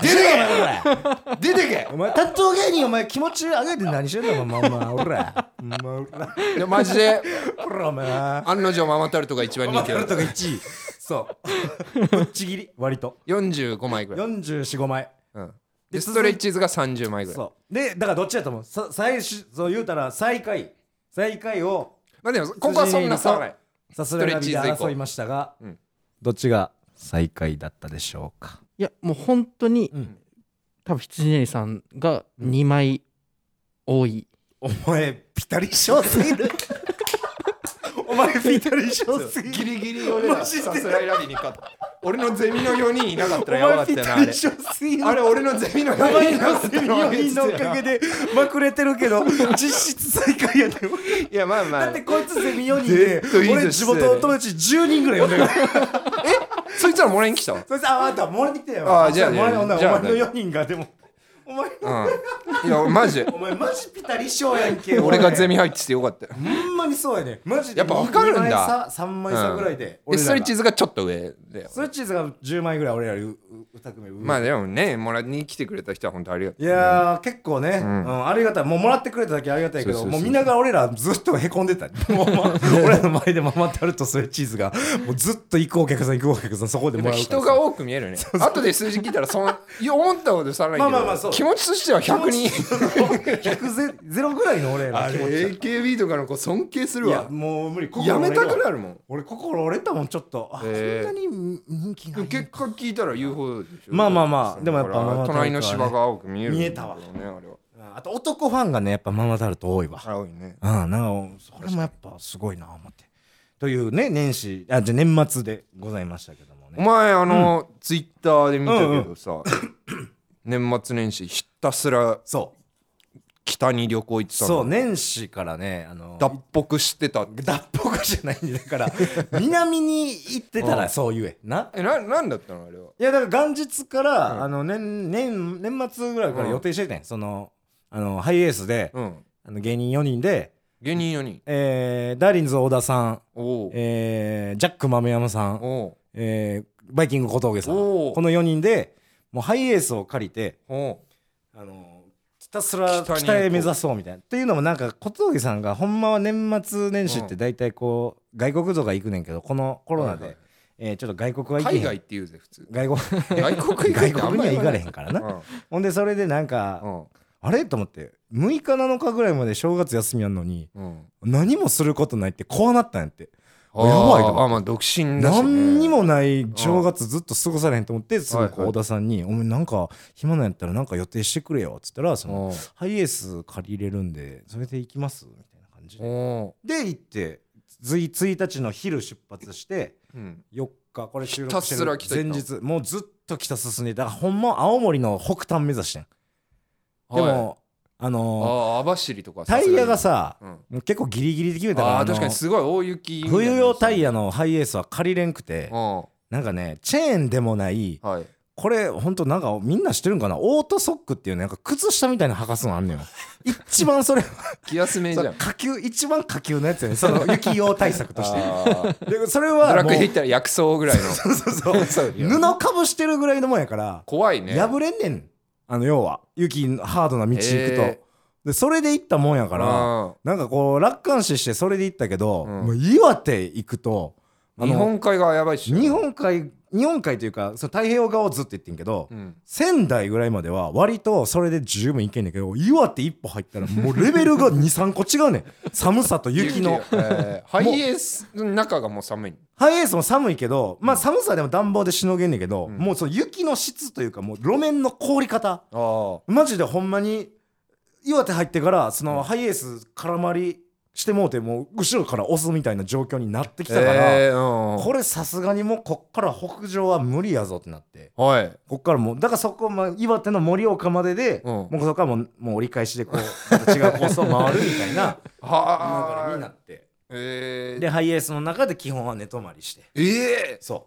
[SPEAKER 2] 出てけこ
[SPEAKER 1] ん出てけ
[SPEAKER 2] れお前担当芸人お前気持ち上げて何してんのお前お前おらお前おら
[SPEAKER 1] いやマジで
[SPEAKER 2] おらお前
[SPEAKER 1] 案の定ママタルトが一番人
[SPEAKER 2] <laughs>
[SPEAKER 1] 気だった
[SPEAKER 2] とか1位そうぶっちぎり割と
[SPEAKER 1] 45枚ぐらい、
[SPEAKER 2] 445枚
[SPEAKER 1] うん、でストレッチーズが30枚ぐらい
[SPEAKER 2] そうでだからどっちだと思うさ最終そう言うたら最下位最下位を
[SPEAKER 1] まあでもここはそんな差はない
[SPEAKER 2] さすがに
[SPEAKER 1] ストレッチーズ以降
[SPEAKER 2] 争いましたが、
[SPEAKER 1] うん
[SPEAKER 2] どっちが最下位だったでしょうか、
[SPEAKER 3] いやもう本当に
[SPEAKER 2] うん、
[SPEAKER 3] 多分羊ねりさんが2枚多い
[SPEAKER 2] お前ピタリ賞すぎる <laughs> お前ピタリ賞すぎ
[SPEAKER 1] ギ
[SPEAKER 2] る
[SPEAKER 1] リギリ俺ら
[SPEAKER 2] マジで
[SPEAKER 1] さすらいラビに勝った俺のゼミの4人いなかった
[SPEAKER 2] お
[SPEAKER 1] らやばか
[SPEAKER 2] 前
[SPEAKER 1] った
[SPEAKER 2] ピ
[SPEAKER 1] よな
[SPEAKER 2] タ
[SPEAKER 1] あ
[SPEAKER 2] リ
[SPEAKER 1] れ
[SPEAKER 2] 賞すぎる
[SPEAKER 1] あれ俺のゼミの
[SPEAKER 2] お
[SPEAKER 1] 4人
[SPEAKER 2] 前
[SPEAKER 1] いなか
[SPEAKER 2] の
[SPEAKER 1] った
[SPEAKER 2] ゼミ4人のおかげでまくれてるけど実質最下位やで、
[SPEAKER 1] いやまあま
[SPEAKER 2] だ
[SPEAKER 1] あ
[SPEAKER 2] ってこいつゼミ4人
[SPEAKER 1] ず
[SPEAKER 2] で
[SPEAKER 1] っといい
[SPEAKER 2] 俺
[SPEAKER 1] です
[SPEAKER 2] 地
[SPEAKER 1] よね
[SPEAKER 2] 元の友達10人ぐらい呼んでる
[SPEAKER 1] そいつらもらいに来たわ
[SPEAKER 2] そいつああんた漏れてきてよ
[SPEAKER 1] あじゃあね
[SPEAKER 2] 漏れてきてよ
[SPEAKER 1] じゃあ
[SPEAKER 2] お前の4人がでもお前
[SPEAKER 1] うんいやマジで
[SPEAKER 2] お前マジピタリ賞やんけ
[SPEAKER 1] 俺がゼミ入っててよかったよ
[SPEAKER 2] ほんまにそうやねマジで
[SPEAKER 1] やっぱ分かるんだ
[SPEAKER 2] 2枚差3枚差ぐらいで
[SPEAKER 1] でストレッチー
[SPEAKER 2] ズ
[SPEAKER 1] ズがちょっと上だよ
[SPEAKER 2] ストレッチーズが10枚ぐらい俺らより2組上
[SPEAKER 1] まあでもねもらいに来てくれた人は本当ありがと
[SPEAKER 2] いやー、結構ね、うんんありがたいもうもらってくれただけありがたいけど
[SPEAKER 1] そうそうそう
[SPEAKER 2] もう見ながら俺らずっとへこんでた、もう <laughs> まあ俺らの前でママタルトストレッチーズがもうずっと行くお客さん行くお客さんそこで
[SPEAKER 1] う
[SPEAKER 2] もらうから
[SPEAKER 1] 人が多く見えるね後で数字聞いたらそんいや思ったことさらない
[SPEAKER 2] まあまあまあ
[SPEAKER 1] け
[SPEAKER 2] そ
[SPEAKER 1] ど
[SPEAKER 2] う
[SPEAKER 1] 気持ちとしては100人
[SPEAKER 2] 100ゼゼロぐらいの俺らの気持ちだ
[SPEAKER 1] AKB とかの子尊敬す
[SPEAKER 2] いやもう無理
[SPEAKER 1] やめたく
[SPEAKER 2] い
[SPEAKER 1] なるもん
[SPEAKER 2] 俺心折れたもんちょっとあ、
[SPEAKER 1] えー
[SPEAKER 2] そんなに人気
[SPEAKER 1] で
[SPEAKER 2] が
[SPEAKER 1] も結果聞いたら UFO でしょ
[SPEAKER 2] まあまあまあ
[SPEAKER 1] その
[SPEAKER 2] でもやっ
[SPEAKER 1] ほ
[SPEAKER 2] ぱ
[SPEAKER 1] ら
[SPEAKER 2] ママタルトはね
[SPEAKER 1] 隣の芝が青く見える
[SPEAKER 2] 見えたわ
[SPEAKER 1] ねあれは
[SPEAKER 2] あと男ファンがねやっぱママタルト多いわ
[SPEAKER 1] 青いね
[SPEAKER 2] うん、なんかそれもやっぱすごいな思って。というね年始あじゃあ年末でございましたけども
[SPEAKER 1] お
[SPEAKER 2] ね。
[SPEAKER 1] 前あのツイッターで見たけどさ年末年始ひたすら
[SPEAKER 2] そう
[SPEAKER 1] 北に旅行行ってたの
[SPEAKER 2] そう年始からねあの
[SPEAKER 1] 脱北してたって
[SPEAKER 2] 脱北じゃないんでだから <laughs> 南に行ってた
[SPEAKER 1] う
[SPEAKER 2] ら
[SPEAKER 1] ん
[SPEAKER 2] そう言えな。
[SPEAKER 1] えななんだったのあれはい
[SPEAKER 2] やだから元日から、
[SPEAKER 1] うん
[SPEAKER 2] あの年年年末ぐらいから
[SPEAKER 1] うん
[SPEAKER 2] 予定してたんやそのあのハイエースで、
[SPEAKER 1] うん
[SPEAKER 2] あの芸人4人で、
[SPEAKER 1] 芸人4人
[SPEAKER 2] えーダーリンズ小田さん、
[SPEAKER 1] おう
[SPEAKER 2] えージャック豆山さん、
[SPEAKER 1] おう
[SPEAKER 2] えーバイキング小峠さん
[SPEAKER 1] お
[SPEAKER 2] こ
[SPEAKER 1] う
[SPEAKER 2] の4人でもうハイエースを借りて
[SPEAKER 1] おう
[SPEAKER 2] あのひたすら
[SPEAKER 1] 北に
[SPEAKER 2] 北へ目指そうみたいな。っていうのもなんか小峠さんがほんまは年末年始って大体こう外国とか行くねんけどこのコロナ
[SPEAKER 1] はいは
[SPEAKER 2] で
[SPEAKER 1] い
[SPEAKER 2] えーちょっと外国は行けへ
[SPEAKER 1] 海
[SPEAKER 2] ん
[SPEAKER 1] 外って言うぜ普通
[SPEAKER 2] 外国
[SPEAKER 1] 外国以外
[SPEAKER 2] 外
[SPEAKER 1] ってあん
[SPEAKER 2] 国
[SPEAKER 1] まり
[SPEAKER 2] には行かれへんからな。ほんでそれでなん
[SPEAKER 1] う
[SPEAKER 2] か
[SPEAKER 1] ん
[SPEAKER 2] あれと思って6日7日ぐらいまで正月休みやんのに
[SPEAKER 1] うんうん
[SPEAKER 2] 何もすることないって怖なったんやって。
[SPEAKER 1] あ
[SPEAKER 2] やば
[SPEAKER 1] ー
[SPEAKER 2] いと思って
[SPEAKER 1] あまあ独身だしね
[SPEAKER 2] 何にもない正月ずっと過ごされへんと思ってすぐこう
[SPEAKER 1] はいはい
[SPEAKER 2] 小田さんに「お前なんか暇なんやったらなんか予定してくれよ」っつったらその
[SPEAKER 1] おう
[SPEAKER 2] 「ハイエース借りれるんでそれで行きます」みたいな感じで
[SPEAKER 1] お
[SPEAKER 2] で行ってつい1日の昼出発して
[SPEAKER 1] ううん
[SPEAKER 2] 4日これ収
[SPEAKER 1] ひた
[SPEAKER 2] 録して
[SPEAKER 1] すら
[SPEAKER 2] る
[SPEAKER 1] 北
[SPEAKER 2] 前
[SPEAKER 1] 行った
[SPEAKER 2] 日もうずっと北進んでだからほんま青森の北端目指してんで
[SPEAKER 1] はい
[SPEAKER 2] もあの
[SPEAKER 1] ああ網走とか
[SPEAKER 2] ータイヤが
[SPEAKER 1] さ
[SPEAKER 2] さ
[SPEAKER 1] すがにうん
[SPEAKER 2] もう結構ギリギリで決めたから
[SPEAKER 1] あ
[SPEAKER 2] あ
[SPEAKER 1] あ
[SPEAKER 2] の
[SPEAKER 1] 確かにすごい大雪みたいな
[SPEAKER 2] 冬用タイヤのハイエースは借りれんくて
[SPEAKER 1] うん
[SPEAKER 2] なんかねチェーンでもない
[SPEAKER 1] はい
[SPEAKER 2] これほんとなんかみんな知ってるんかなオートソックっていうねなんか靴下みたいな履かすのあ
[SPEAKER 1] <laughs>
[SPEAKER 2] んねんよ一番それ
[SPEAKER 1] 気休めじ
[SPEAKER 2] そ
[SPEAKER 1] ゃ
[SPEAKER 2] れ
[SPEAKER 1] ん
[SPEAKER 2] 下級一番下級のやつやねその雪用対策として
[SPEAKER 1] あー
[SPEAKER 2] でそれ
[SPEAKER 1] ド
[SPEAKER 2] は
[SPEAKER 1] ラ
[SPEAKER 2] も
[SPEAKER 1] ク
[SPEAKER 2] う
[SPEAKER 1] エで言ったら薬草ぐらいの
[SPEAKER 2] そうそう <laughs> そう布かぶしてるぐらいのもんやから、
[SPEAKER 1] 怖いね
[SPEAKER 2] 破れんねんあの要は雪のハードな道行くと、
[SPEAKER 1] え
[SPEAKER 2] でそれで行ったもんやから
[SPEAKER 1] あ
[SPEAKER 2] なんかこう楽観視してそれで行ったけど、
[SPEAKER 1] うん
[SPEAKER 2] もう岩手行くとあ
[SPEAKER 1] ー
[SPEAKER 2] の
[SPEAKER 1] 日本海側やばいっしょ
[SPEAKER 2] 日本海日本海というかその太平洋側をずっと行ってんけど、
[SPEAKER 1] うん
[SPEAKER 2] 仙台ぐらいまでは割とそれで十分いけんねんけど岩手一歩入ったらもうレベルが23個違うねん寒さと雪の <laughs>
[SPEAKER 1] えーハイエースの中がもう寒い
[SPEAKER 2] ハイエースも寒いけどまあ寒さでも暖房でしのげんねんけど、
[SPEAKER 1] ん
[SPEAKER 2] もうその雪の質というかもう路面の凍り方
[SPEAKER 1] ああ
[SPEAKER 2] マジでほんまに岩手入ってからそのハイエース絡まりしてもうてもう後ろから押すみたいな状況になってきたから、
[SPEAKER 1] えーうん
[SPEAKER 2] これさすがにもうこっから北上は無理やぞってなって。
[SPEAKER 1] はい
[SPEAKER 2] こっからもうだからそこ、まあ、岩手の盛岡までで、
[SPEAKER 1] うん
[SPEAKER 2] もうそこからもうもう折り返しでこうまた違うコースを回るみたいな
[SPEAKER 1] は
[SPEAKER 2] 流
[SPEAKER 1] <laughs>
[SPEAKER 2] れ
[SPEAKER 1] あ
[SPEAKER 2] になって
[SPEAKER 1] え
[SPEAKER 2] で
[SPEAKER 1] ー
[SPEAKER 2] ハイエースの中で基本は寝泊まりして
[SPEAKER 1] え
[SPEAKER 2] そ
[SPEAKER 1] ー
[SPEAKER 2] う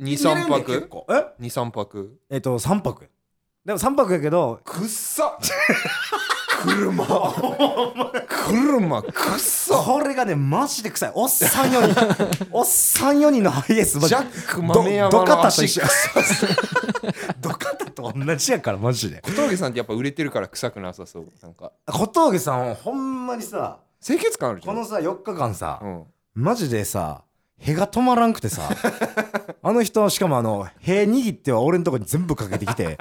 [SPEAKER 1] 二三
[SPEAKER 2] 寝れんね結
[SPEAKER 1] 泊
[SPEAKER 2] 構え
[SPEAKER 1] 二三泊
[SPEAKER 2] えっと3泊やでも3泊やけど
[SPEAKER 1] くっさ車車 <laughs> 車くっ
[SPEAKER 2] <laughs>
[SPEAKER 1] そ
[SPEAKER 2] これがねマジで臭いおっさん4人 <laughs> おっさん4人のハイエースマジ
[SPEAKER 1] ジャック豆山の
[SPEAKER 2] どどかたと
[SPEAKER 1] 足
[SPEAKER 2] 一緒 <laughs> どかたと同じやからマジで
[SPEAKER 1] 小峠さんってやっぱ売れてるから臭くなさそうなんか
[SPEAKER 2] 小峠さんほんまにさ
[SPEAKER 1] 清潔感あるじゃ
[SPEAKER 2] こ
[SPEAKER 1] ん
[SPEAKER 2] のさ4日間さ、
[SPEAKER 1] うん
[SPEAKER 2] マジでさへが止まらんく
[SPEAKER 1] <laughs>
[SPEAKER 2] てさあの人しかもあのへ握っては俺のとこに全部かけてきて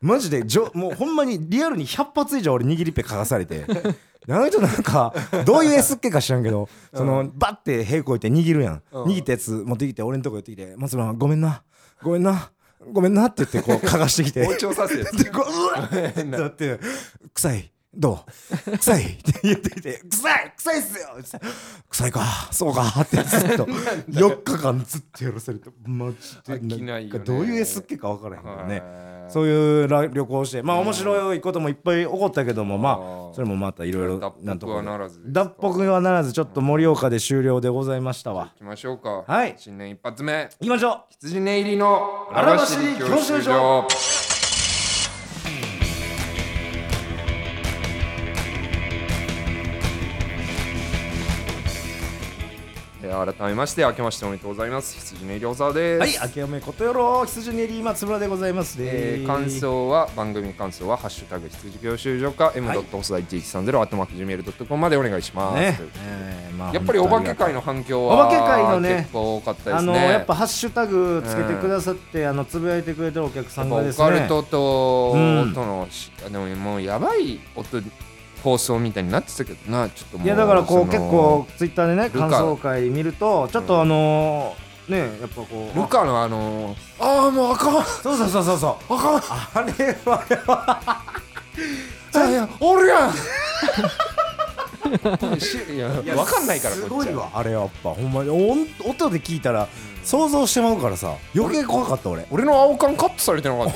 [SPEAKER 2] マジでじょもうほんまにリアルに100発以上俺握りっぺかかされてであの人なんかどういう S っけか知らんけど、そのバッてへこいて握るやん、
[SPEAKER 1] うん
[SPEAKER 2] 握ったやつ持ってきて俺のとこ寄ってきて「松村ごめんなごめんなごめんな」って言ってこうかがしてきて
[SPEAKER 1] 包丁刺すや
[SPEAKER 2] <laughs>
[SPEAKER 1] つ
[SPEAKER 2] でこううわっってなって「臭いどう臭い」って言ってきて「臭い臭いっすよ」って臭いかそうか」ってず
[SPEAKER 1] <laughs>
[SPEAKER 2] っと4日間ずっとやらされてマ
[SPEAKER 1] 飽
[SPEAKER 2] ジ
[SPEAKER 1] き
[SPEAKER 2] で
[SPEAKER 1] ないよね
[SPEAKER 2] んかどういう S っけか分からへんけどね
[SPEAKER 1] はい
[SPEAKER 2] そういうら旅行してまあ面白いこともいっぱい起こったけども
[SPEAKER 1] あ
[SPEAKER 2] まあ
[SPEAKER 1] ー
[SPEAKER 2] それもまたいろいろな
[SPEAKER 1] 脱
[SPEAKER 2] んと
[SPEAKER 1] 北は
[SPEAKER 2] か
[SPEAKER 1] ならずですか
[SPEAKER 2] 脱北はならずちょっと盛岡で終了でございましたわ
[SPEAKER 1] 行きましょうか
[SPEAKER 2] はい
[SPEAKER 1] 新年一発目
[SPEAKER 2] 行きましょう
[SPEAKER 1] 羊根入りの
[SPEAKER 2] 荒走り教習所
[SPEAKER 1] えー改めまして明けましておめでとうございます羊根入り小沢です、
[SPEAKER 2] はい明けおめことよろ羊練り松村でございます
[SPEAKER 1] え
[SPEAKER 2] ね
[SPEAKER 1] ー感想は番組感想は「ハッシュタグ羊教習所」か m.
[SPEAKER 2] はい
[SPEAKER 1] 細田1130 at mark gmail.com までお願いします、
[SPEAKER 2] ね、えーまあ
[SPEAKER 1] やっぱりお化け
[SPEAKER 2] 本当にあ
[SPEAKER 1] 会
[SPEAKER 2] りがたい
[SPEAKER 1] の反響は
[SPEAKER 2] お化け会のね
[SPEAKER 1] 結構多かったで
[SPEAKER 2] あ
[SPEAKER 1] すね
[SPEAKER 2] のやっぱハッシュタグつけてくださって、あのつぶやいてくれてるお客さんが
[SPEAKER 1] や
[SPEAKER 2] で
[SPEAKER 1] っ
[SPEAKER 2] す
[SPEAKER 1] ぱオ
[SPEAKER 2] ね
[SPEAKER 1] カルトとと
[SPEAKER 2] うん
[SPEAKER 1] のし、あでももうやばい音放送みたいになってたけどなちょっともう
[SPEAKER 2] いやだからこう
[SPEAKER 1] その
[SPEAKER 2] 結構ツイッターでね
[SPEAKER 1] ルカ
[SPEAKER 2] 感想会見るとちょっとあのーねやっぱこう
[SPEAKER 1] ルカのあの
[SPEAKER 2] ああもうあかんそうそうそうそうそうあかんあれは
[SPEAKER 1] あいやおるやんしいや分かんないから
[SPEAKER 2] す
[SPEAKER 1] こっ
[SPEAKER 2] ご
[SPEAKER 1] ち
[SPEAKER 2] い
[SPEAKER 1] は
[SPEAKER 2] わあれやっぱほんまに音音で聞いたら想像してまうからさ余計怖かった俺
[SPEAKER 1] 俺の青缶カットされてなかった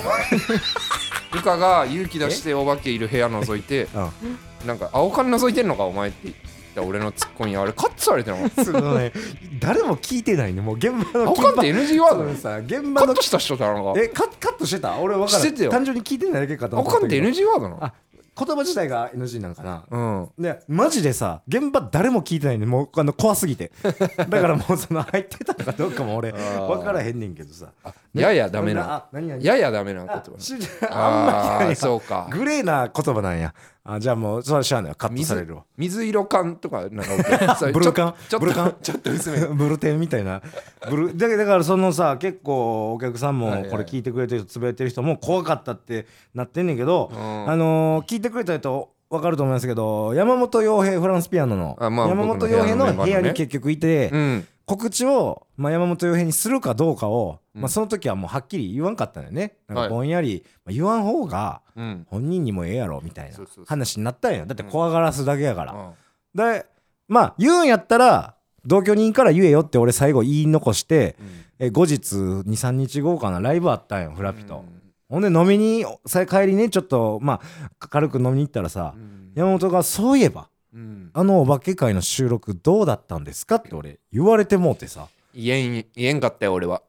[SPEAKER 1] ルカが勇気出してお化けいる部屋覗いて
[SPEAKER 2] うん
[SPEAKER 1] なんか青缶覗いてんのかお前って言った俺のツッコミあれカットされてなかった
[SPEAKER 2] そのね <laughs> 誰も聞いてないねもう現場の
[SPEAKER 1] 青
[SPEAKER 2] 緊
[SPEAKER 1] 缶っ
[SPEAKER 2] 迫
[SPEAKER 1] て NG ワー
[SPEAKER 2] そ
[SPEAKER 1] ド
[SPEAKER 2] の
[SPEAKER 1] ね
[SPEAKER 2] さ現
[SPEAKER 1] カ
[SPEAKER 2] 場
[SPEAKER 1] ッ
[SPEAKER 2] の
[SPEAKER 1] トした人だなんか
[SPEAKER 2] えカカットしてた俺分からん
[SPEAKER 1] してたよ
[SPEAKER 2] 単純に聞いてないだけかと
[SPEAKER 1] 青
[SPEAKER 2] 思った
[SPEAKER 1] 缶って
[SPEAKER 2] けど
[SPEAKER 1] NG ワードなの
[SPEAKER 2] あ言葉自体が NG なんかな
[SPEAKER 1] うん
[SPEAKER 2] でマジでさ現場誰も聞いてないんでもうあの怖すぎてだからもうその入ってたのかどうかも俺
[SPEAKER 1] ー
[SPEAKER 2] 分からへんねんけどさ
[SPEAKER 1] ややダメな
[SPEAKER 2] あ何何
[SPEAKER 1] ややダメな
[SPEAKER 2] あ
[SPEAKER 1] 言葉
[SPEAKER 2] しあんまり
[SPEAKER 1] あ
[SPEAKER 2] な
[SPEAKER 1] あ
[SPEAKER 2] い
[SPEAKER 1] そうか
[SPEAKER 2] グレーな言葉なんやあじゃあもうそれはしゃあないわカットされるわ
[SPEAKER 1] 水色感とかなんかそれ
[SPEAKER 2] ブルー缶
[SPEAKER 1] ちょっ
[SPEAKER 2] ブ
[SPEAKER 1] と
[SPEAKER 2] ルー缶
[SPEAKER 1] ちょっと薄め
[SPEAKER 2] ブルテンみたいなブルだけだからそのさ結構お客さん
[SPEAKER 1] はい
[SPEAKER 2] も
[SPEAKER 1] はい
[SPEAKER 2] これ聞いてくれてる人つぶやいてる人も怖かったってなってんねんけど、
[SPEAKER 1] うん
[SPEAKER 2] あのー聞いてくれた人分かると思いますけど山本洋平フランスピアノの
[SPEAKER 1] あまあ
[SPEAKER 2] 山本
[SPEAKER 1] 僕の
[SPEAKER 2] 洋
[SPEAKER 1] 部
[SPEAKER 2] 平
[SPEAKER 1] 屋の
[SPEAKER 2] の部
[SPEAKER 1] メンバ
[SPEAKER 2] 屋
[SPEAKER 1] ーのね
[SPEAKER 2] に結局いて、
[SPEAKER 1] うん
[SPEAKER 2] 告知を、まあ、山本洋平にするかどうかを、
[SPEAKER 1] うん
[SPEAKER 2] まあ、その時はもうはっきり言わんかったんだよねなん
[SPEAKER 1] は
[SPEAKER 2] か
[SPEAKER 1] い
[SPEAKER 2] ぼんやり、まあ、言わん方が
[SPEAKER 1] うん
[SPEAKER 2] 本人にもええやろみたいな
[SPEAKER 1] そうそうそう
[SPEAKER 2] 話になったんやだって怖がらすだけやから。
[SPEAKER 1] あ
[SPEAKER 2] でまあ言うんやったら同居人から言えよって俺最後言い残して
[SPEAKER 1] うん
[SPEAKER 2] え後日23日後かなライブあったんよフラピと、
[SPEAKER 1] うん
[SPEAKER 2] ほんで飲みにさ帰りねちょっとまあ軽く飲みに行ったらさ、
[SPEAKER 1] うん
[SPEAKER 2] 山本が「そういえば
[SPEAKER 1] うん
[SPEAKER 2] あのお化け会の収録どうだったんですか?」って俺言われてもうてさ
[SPEAKER 1] 言えん言えんかったよ俺は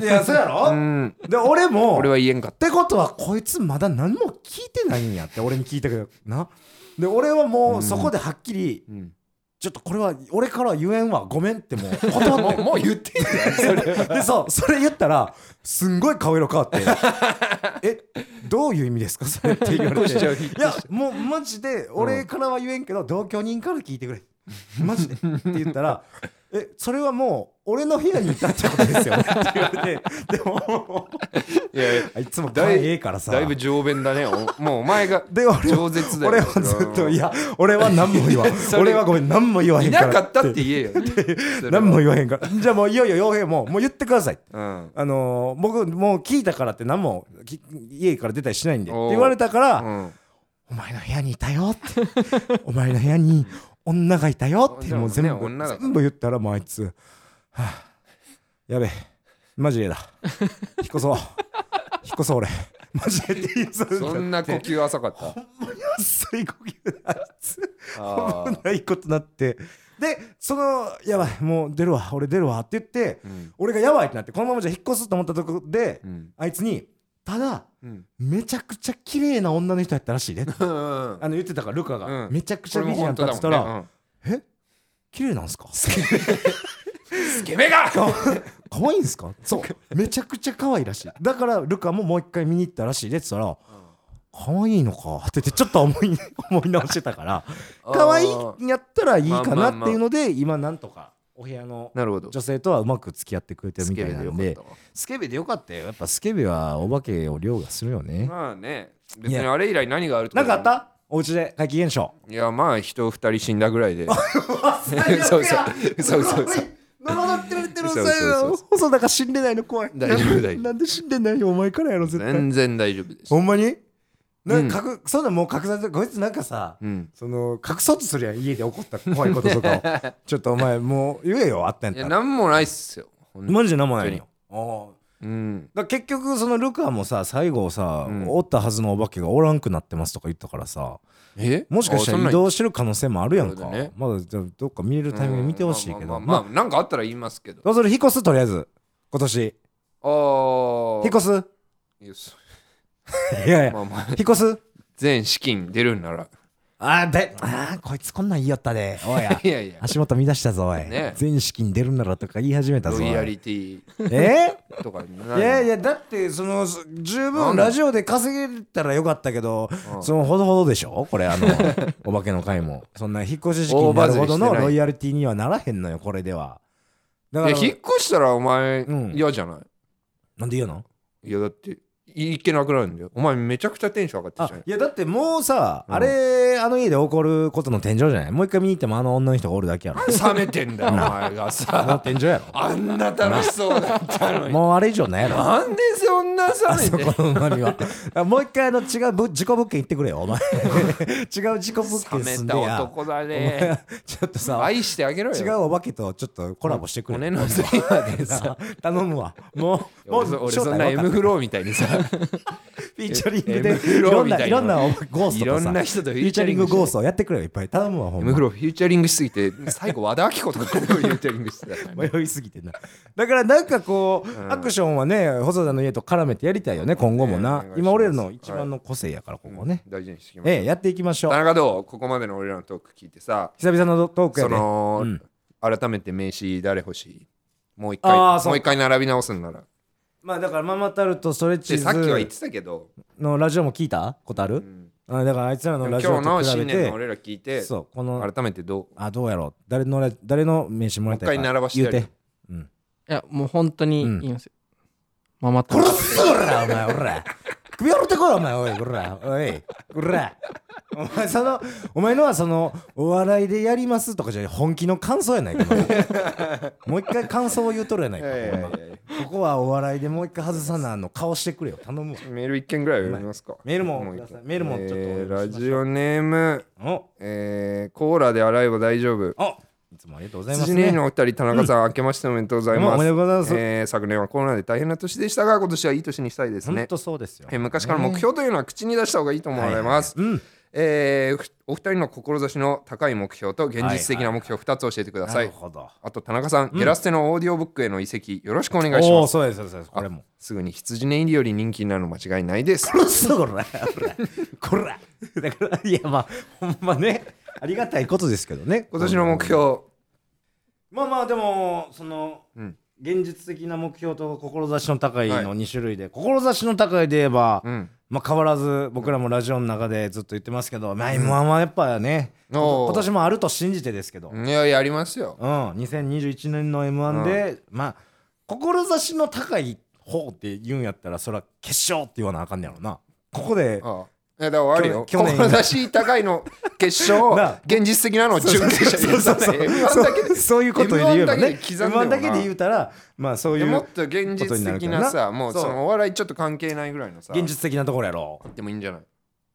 [SPEAKER 2] いやそうや
[SPEAKER 1] う
[SPEAKER 2] ろ
[SPEAKER 1] ん
[SPEAKER 2] で俺も
[SPEAKER 1] 俺
[SPEAKER 2] っ
[SPEAKER 1] は言えんかって
[SPEAKER 2] ことはこいつまだ何も聞いてないんやって俺に聞いたけどなで俺はもうそこではっきり、
[SPEAKER 1] たうん
[SPEAKER 2] ちょっとこれは俺からは言えんわごめんってもう断
[SPEAKER 1] も
[SPEAKER 2] って
[SPEAKER 1] <laughs> うもう言ってんじゃんそれ
[SPEAKER 2] でそうそれ言ったらすんごい顔色変わ
[SPEAKER 1] <laughs>
[SPEAKER 2] って「えどういう意味ですかそれ」って言われて「
[SPEAKER 1] び
[SPEAKER 2] い
[SPEAKER 1] っくりしちゃうびっくりしちゃう
[SPEAKER 2] やもうマジで俺からは言えんけど、同居人から聞いてくれ」マジでって言ったら「えそれはもう俺の部屋にいたってことですよね」って言われてでも
[SPEAKER 1] いやいや
[SPEAKER 2] あいつも
[SPEAKER 1] だ
[SPEAKER 2] 大
[SPEAKER 1] い
[SPEAKER 2] ええからさ
[SPEAKER 1] だいぶ上弁だねおもうお前が
[SPEAKER 2] で俺は
[SPEAKER 1] 饒舌だよ
[SPEAKER 2] 俺はずっと「いや俺は何も言わん
[SPEAKER 1] <laughs> それ
[SPEAKER 2] 俺はごめん何も言わへ
[SPEAKER 1] い
[SPEAKER 2] んから」
[SPEAKER 1] なかったって言えよ
[SPEAKER 2] 何も言わへんから <laughs> じゃあもういよいよ傭兵ももう言ってください
[SPEAKER 1] うん
[SPEAKER 2] あのー僕もう聞いたからって何もき家から出たりしないんでっ
[SPEAKER 1] お
[SPEAKER 2] て
[SPEAKER 1] う
[SPEAKER 2] 言われたから、
[SPEAKER 1] うん
[SPEAKER 2] お前の部屋にいたよって <laughs> お前の部屋に女がいたよって
[SPEAKER 1] でも
[SPEAKER 2] もう全部、
[SPEAKER 1] ね女だから
[SPEAKER 2] 全部言ったらもうあいつ、はあ、やべえマジでだ引っ越そう <laughs> 引っ越そう俺マジでって言いそうに
[SPEAKER 1] そんな呼
[SPEAKER 2] って
[SPEAKER 1] 吸浅かった
[SPEAKER 2] 安い呼吸だあいつ
[SPEAKER 1] あー
[SPEAKER 2] 危 <laughs> ないことなってでそのやばいもう出るわ俺出るわって言って
[SPEAKER 1] うん
[SPEAKER 2] 俺がやばいってなってこのままじゃ引っ越すと思ったとこで、
[SPEAKER 1] うん
[SPEAKER 2] あいつに「ただ
[SPEAKER 1] うん
[SPEAKER 2] めちゃくちゃ綺麗な女の人やったらしいね」
[SPEAKER 1] うん
[SPEAKER 2] <laughs> あの言ってたからルカが、
[SPEAKER 1] うん
[SPEAKER 2] めちゃくち
[SPEAKER 1] こ
[SPEAKER 2] ゃ
[SPEAKER 1] れも
[SPEAKER 2] 美人やっ
[SPEAKER 1] 本当
[SPEAKER 2] たっ
[SPEAKER 1] だ
[SPEAKER 2] つった
[SPEAKER 1] もんね
[SPEAKER 2] ら、
[SPEAKER 1] うん
[SPEAKER 2] え綺麗なんすか
[SPEAKER 1] スケベが
[SPEAKER 2] 可愛いんですかそう <laughs> めちゃくちゃ可愛いらしいだからルカももう一回見に行ったらしいでって言ったら可愛いのかって言ってちょっと思い <laughs> 思い直してたから可愛いんやったらいいかなっていうので今なんとかお部屋の
[SPEAKER 1] なるほど
[SPEAKER 2] 女性とはうまく付き合ってくれてる
[SPEAKER 1] ス
[SPEAKER 2] み
[SPEAKER 1] ケ
[SPEAKER 2] た
[SPEAKER 1] ベ
[SPEAKER 2] いな
[SPEAKER 1] でよかっ
[SPEAKER 2] んで
[SPEAKER 1] たわ
[SPEAKER 2] スケベでよかったよやっぱスケベはお化けを凌駕するよね
[SPEAKER 1] まあね別にあれ以来何があるって
[SPEAKER 2] な
[SPEAKER 1] こ
[SPEAKER 2] ん
[SPEAKER 1] と
[SPEAKER 2] かあったお家で怪奇現象
[SPEAKER 1] いやまあ人二人死んだぐら
[SPEAKER 2] <laughs>
[SPEAKER 1] いで
[SPEAKER 2] そ
[SPEAKER 1] そう
[SPEAKER 2] う
[SPEAKER 1] そうそう
[SPEAKER 2] 呪ってられてる
[SPEAKER 1] そうそうそうそ
[SPEAKER 2] 細田が死んでないの怖い
[SPEAKER 1] 大丈夫大丈夫
[SPEAKER 2] なんで死んでないよお前からやろ絶対
[SPEAKER 1] 全然大丈夫です
[SPEAKER 2] ほんまにな
[SPEAKER 1] うん
[SPEAKER 2] んか隠そんなんもう隠されてこいつなんかさ
[SPEAKER 1] うん
[SPEAKER 2] その隠そうとすりゃ家で起こった怖いこととかをちょっとお前もう言えよあったん
[SPEAKER 1] い
[SPEAKER 2] や
[SPEAKER 1] や
[SPEAKER 2] ったら
[SPEAKER 1] なんもないっすよほん
[SPEAKER 2] マジで何もないのよああ
[SPEAKER 1] うん
[SPEAKER 2] だから結局そのルカもさ最後さ、
[SPEAKER 1] うん
[SPEAKER 2] おったはずのお化けがおらんくなってますとか言ったからさ
[SPEAKER 1] え
[SPEAKER 2] もしかした
[SPEAKER 1] あそん
[SPEAKER 2] ら
[SPEAKER 1] な
[SPEAKER 2] 移
[SPEAKER 1] ん
[SPEAKER 2] 動してる可能性もあるやん
[SPEAKER 1] そ
[SPEAKER 2] か、
[SPEAKER 1] うだね
[SPEAKER 2] まだじゃあどっか見れるタイミングで見てほしいけ
[SPEAKER 1] まあ
[SPEAKER 2] ど
[SPEAKER 1] まあ
[SPEAKER 2] ま
[SPEAKER 1] まあなんかあったら言いますけど
[SPEAKER 2] あどうする引っ越すとりあえず今年
[SPEAKER 1] ああ
[SPEAKER 2] 引っ越すいやいや
[SPEAKER 1] まあまあ
[SPEAKER 2] 引っ越す
[SPEAKER 1] 全資金出るんなら
[SPEAKER 2] あーであーこいつこんなん言いよったでおいや <laughs>
[SPEAKER 1] いやいや
[SPEAKER 2] 足元乱したぞおい、
[SPEAKER 1] ね
[SPEAKER 2] 全資金出るならとか言い始めたぞ
[SPEAKER 1] ロ
[SPEAKER 2] おい
[SPEAKER 1] イヤリティ
[SPEAKER 2] え
[SPEAKER 1] とかにな
[SPEAKER 2] ーいやい
[SPEAKER 1] や
[SPEAKER 2] やだってそのす十
[SPEAKER 1] なん
[SPEAKER 2] 分
[SPEAKER 1] だ
[SPEAKER 2] ラジオで稼げたらよかったけど
[SPEAKER 1] うん
[SPEAKER 2] そのほどほどでしょこ
[SPEAKER 1] <laughs>
[SPEAKER 2] れあのお化けの会もそんな引っ越し資金になる
[SPEAKER 1] 大バズり
[SPEAKER 2] ほど
[SPEAKER 1] して
[SPEAKER 2] の
[SPEAKER 1] ない
[SPEAKER 2] ロイヤリティにはならへんのよこれではだ
[SPEAKER 1] いや
[SPEAKER 2] から
[SPEAKER 1] 引っ越したらお前
[SPEAKER 2] うん
[SPEAKER 1] 嫌じゃない
[SPEAKER 2] なんで言うの
[SPEAKER 1] いやだっていけなくなるんだよお前めちゃくちゃテンション上がってた
[SPEAKER 2] あ
[SPEAKER 1] じゃない
[SPEAKER 2] いやだってもうさ、
[SPEAKER 1] うん
[SPEAKER 2] あれあの家で起こることの天井じゃないもう一回見に行ってもあの女の人がおるだけや
[SPEAKER 1] <laughs>
[SPEAKER 2] ろ <laughs>
[SPEAKER 1] 冷めてんだよお前が
[SPEAKER 2] あの
[SPEAKER 1] さ
[SPEAKER 2] 天井や
[SPEAKER 1] あんな楽しそうだったの
[SPEAKER 2] ろ
[SPEAKER 1] に
[SPEAKER 2] もうあれ以上ないや
[SPEAKER 1] <laughs>
[SPEAKER 2] ろ
[SPEAKER 1] なんでそんな
[SPEAKER 2] あ
[SPEAKER 1] 冷
[SPEAKER 2] そ
[SPEAKER 1] めて
[SPEAKER 2] このうまみは <laughs> あもう一回あの違うぶ事故物件行ってくれよお前 <laughs> 違う事故物件
[SPEAKER 1] 冷め
[SPEAKER 2] 住んで
[SPEAKER 1] た
[SPEAKER 2] や
[SPEAKER 1] 男だね
[SPEAKER 2] ちょっとさ
[SPEAKER 1] 愛してあげろよ
[SPEAKER 2] 違うお化けとちょっとコラボしてくれ
[SPEAKER 1] 骨の髄までさ
[SPEAKER 2] さ <laughs> 頼むわもうも
[SPEAKER 1] 俺
[SPEAKER 2] う
[SPEAKER 1] そ俺
[SPEAKER 2] 正体
[SPEAKER 1] そんな
[SPEAKER 2] 分か
[SPEAKER 1] M
[SPEAKER 2] った
[SPEAKER 1] フローみたい
[SPEAKER 2] <laughs>
[SPEAKER 1] にさ
[SPEAKER 2] フィーチャリング
[SPEAKER 1] M
[SPEAKER 2] でい
[SPEAKER 1] フロ
[SPEAKER 2] ろ
[SPEAKER 1] ー
[SPEAKER 2] ん
[SPEAKER 1] み
[SPEAKER 2] な
[SPEAKER 1] た
[SPEAKER 2] い
[SPEAKER 1] い
[SPEAKER 2] ろ
[SPEAKER 1] なん
[SPEAKER 2] なゴース
[SPEAKER 1] い
[SPEAKER 2] トと
[SPEAKER 1] ろ
[SPEAKER 2] さ
[SPEAKER 1] んな人とフ
[SPEAKER 2] フィ
[SPEAKER 1] ィ
[SPEAKER 2] ー
[SPEAKER 1] ーチ
[SPEAKER 2] チャ
[SPEAKER 1] ャ
[SPEAKER 2] リ
[SPEAKER 1] リ
[SPEAKER 2] ン
[SPEAKER 1] ン
[SPEAKER 2] グ
[SPEAKER 1] グ
[SPEAKER 2] ゴーストやってくれよいっぱい頼むわほん
[SPEAKER 1] M
[SPEAKER 2] ま
[SPEAKER 1] フローフューチャリングしすぎて最後和田アキ子とかのフューチャリングしてた
[SPEAKER 2] <laughs>
[SPEAKER 1] からね
[SPEAKER 2] 迷いすぎてなだからなんかこう、アクションはね細田の家と絡めてやりたいよね今後もな、
[SPEAKER 1] ねお願いします
[SPEAKER 2] 今俺らの一番の個性やからここね、
[SPEAKER 1] 大事にしてきま
[SPEAKER 2] え
[SPEAKER 1] す
[SPEAKER 2] えやっていきましょう
[SPEAKER 1] 田中どうここまでの俺らのトーク聞いてさ
[SPEAKER 2] 久々のトークや
[SPEAKER 1] そ
[SPEAKER 2] で
[SPEAKER 1] の
[SPEAKER 2] うん
[SPEAKER 1] 改めて名刺誰欲しいもう一
[SPEAKER 2] あー
[SPEAKER 1] 回
[SPEAKER 2] そう
[SPEAKER 1] もう一回並び直すんなら
[SPEAKER 2] まあだからママタルトストレッチ
[SPEAKER 1] で
[SPEAKER 2] ー
[SPEAKER 1] さっきは言っ
[SPEAKER 2] ズ
[SPEAKER 1] てたけど
[SPEAKER 2] のラジオも聞いたことある、
[SPEAKER 1] うん
[SPEAKER 2] あだからあいつら
[SPEAKER 1] で
[SPEAKER 2] の
[SPEAKER 1] も今
[SPEAKER 2] ラジ
[SPEAKER 1] 日
[SPEAKER 2] オ
[SPEAKER 1] の
[SPEAKER 2] と比べ
[SPEAKER 1] 新年の
[SPEAKER 2] て
[SPEAKER 1] 俺ら聞いて
[SPEAKER 2] そうこの
[SPEAKER 1] 改めてどう
[SPEAKER 2] あどうやろう誰のラ誰の名刺もらいたい
[SPEAKER 1] も
[SPEAKER 2] か
[SPEAKER 1] う一回並ばして
[SPEAKER 2] 言
[SPEAKER 1] や
[SPEAKER 2] う
[SPEAKER 1] る
[SPEAKER 2] て
[SPEAKER 3] いやもう本当にいいんですよ、ママタルト
[SPEAKER 2] 殺すぞおらお前おら首折ってこいお前おいおらおいおらお前そのお前のはそのお笑いでやりますとかじゃ本気の感想やないかお前もう一回感想を言うとるやないか
[SPEAKER 1] いやいやいやい
[SPEAKER 2] ここはお笑いでもう一回外さなあの顔してくれよ頼むわ
[SPEAKER 1] やメール一件ぐらいは読みますか
[SPEAKER 2] メールも
[SPEAKER 1] う一件
[SPEAKER 2] くださいメールもちょっとお願いし
[SPEAKER 1] えー
[SPEAKER 2] ます
[SPEAKER 1] ラジオネーム
[SPEAKER 2] お
[SPEAKER 1] えーコーラで洗えば大丈夫
[SPEAKER 2] おいつもありがとうございます
[SPEAKER 1] 辻姉のお二人田中さん、明けましておめでとうございます
[SPEAKER 2] おめでとうございます
[SPEAKER 1] えー昨年はコロナで大変な年でしたが今年はいい年にしたいです
[SPEAKER 2] 本
[SPEAKER 1] ね
[SPEAKER 2] 当そうですよ
[SPEAKER 1] えー昔から目標というのは口に出した方がいいと思われます、
[SPEAKER 2] うん
[SPEAKER 1] えーふお二人の志の高い目標と現実的な目標2つ教えてください、
[SPEAKER 2] なるほど
[SPEAKER 1] あと田中さん、ゲラステのオーディオブックへの移籍よろしくお願いし
[SPEAKER 2] おお
[SPEAKER 1] ま
[SPEAKER 2] ー
[SPEAKER 1] す
[SPEAKER 2] そうですそうですそうですこれも
[SPEAKER 1] すぐに羊ネイリより人気になるの間違いないです
[SPEAKER 2] 殺すぞこらこらだからいやまあほんまねありがたいことですけどね
[SPEAKER 1] 今年の目標
[SPEAKER 2] まあまあでもその、
[SPEAKER 1] うん
[SPEAKER 2] 現実的な目標と志の高い
[SPEAKER 1] はい
[SPEAKER 2] の2種類で、志の高いで言えば、
[SPEAKER 1] うん
[SPEAKER 2] まあ、変わらず僕らもラジオの中でずっと言ってますけど、まあ、m 1はやっぱね
[SPEAKER 1] おー
[SPEAKER 2] 今年もあると信じてですけど、
[SPEAKER 1] いやいやありますよ
[SPEAKER 2] うん、2021年の m 1で、まあ志の高い方って言うんやったらそれは決勝って言わなあかんねやろなここで
[SPEAKER 1] ああいやだからあるよ
[SPEAKER 2] 去年去年
[SPEAKER 1] 志高いの決
[SPEAKER 2] <laughs> なあ
[SPEAKER 1] 勝現実的なのを準決勝に
[SPEAKER 2] そうそうそうそうそういうことで言えば
[SPEAKER 1] M1
[SPEAKER 2] ね
[SPEAKER 1] だけで刻んでもな
[SPEAKER 2] M1 だけで言うたらまあそうい
[SPEAKER 1] でも
[SPEAKER 2] う
[SPEAKER 1] っと現実的な
[SPEAKER 2] ことになるからな
[SPEAKER 1] さもうそ
[SPEAKER 2] そう
[SPEAKER 1] のお笑いちょっと関係ないぐらいのさ
[SPEAKER 2] 現実的なところやろ
[SPEAKER 1] でもいいんじゃない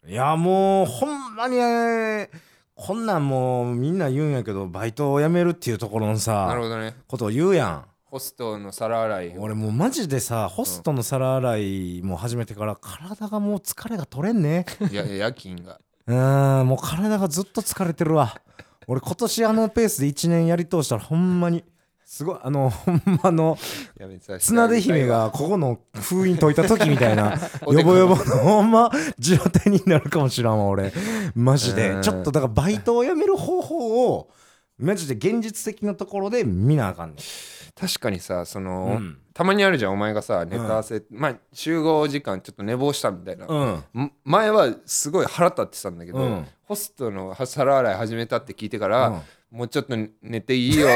[SPEAKER 2] いやもうほんまにねこんなんもうみんな言うんやけどバイトを辞めるっていうところの
[SPEAKER 1] なる
[SPEAKER 2] さ
[SPEAKER 1] ほどね
[SPEAKER 2] ことを言うや
[SPEAKER 1] ホストの皿洗い
[SPEAKER 2] ん俺もうマジでさホストの皿洗いも始めてから体がもう疲れが取れんね <laughs>
[SPEAKER 1] いやいや夜勤が
[SPEAKER 2] うーんもう体がずっと疲れてるわ俺今年あのペースで1年やり通したらほんまにすごいあのほんまあの
[SPEAKER 1] やめさせて
[SPEAKER 2] 綱
[SPEAKER 1] あげ
[SPEAKER 2] で
[SPEAKER 1] たい
[SPEAKER 2] 姫
[SPEAKER 1] わ
[SPEAKER 2] がここの封印解いた時みたいな
[SPEAKER 1] <laughs> おで
[SPEAKER 2] よ
[SPEAKER 1] こ
[SPEAKER 2] ぼよぼのほんま状態になるかもしらんわ俺マジで
[SPEAKER 1] うん
[SPEAKER 2] ちょっとだからバイトを辞める方法をマジで現実的なところで見なあかんね
[SPEAKER 1] 確かにさそ
[SPEAKER 2] ん
[SPEAKER 1] の、たまにあるじゃんお前がさネタ合わせ、まあ集合時間ちょっと寝坊したみたいな、
[SPEAKER 2] うん
[SPEAKER 1] ん前はすごい腹立ってたんだけど、
[SPEAKER 2] うん
[SPEAKER 1] ホストの皿洗い始めたって聞いてから、
[SPEAKER 2] うん
[SPEAKER 1] もうちょっと寝ていい
[SPEAKER 2] <laughs>
[SPEAKER 1] よ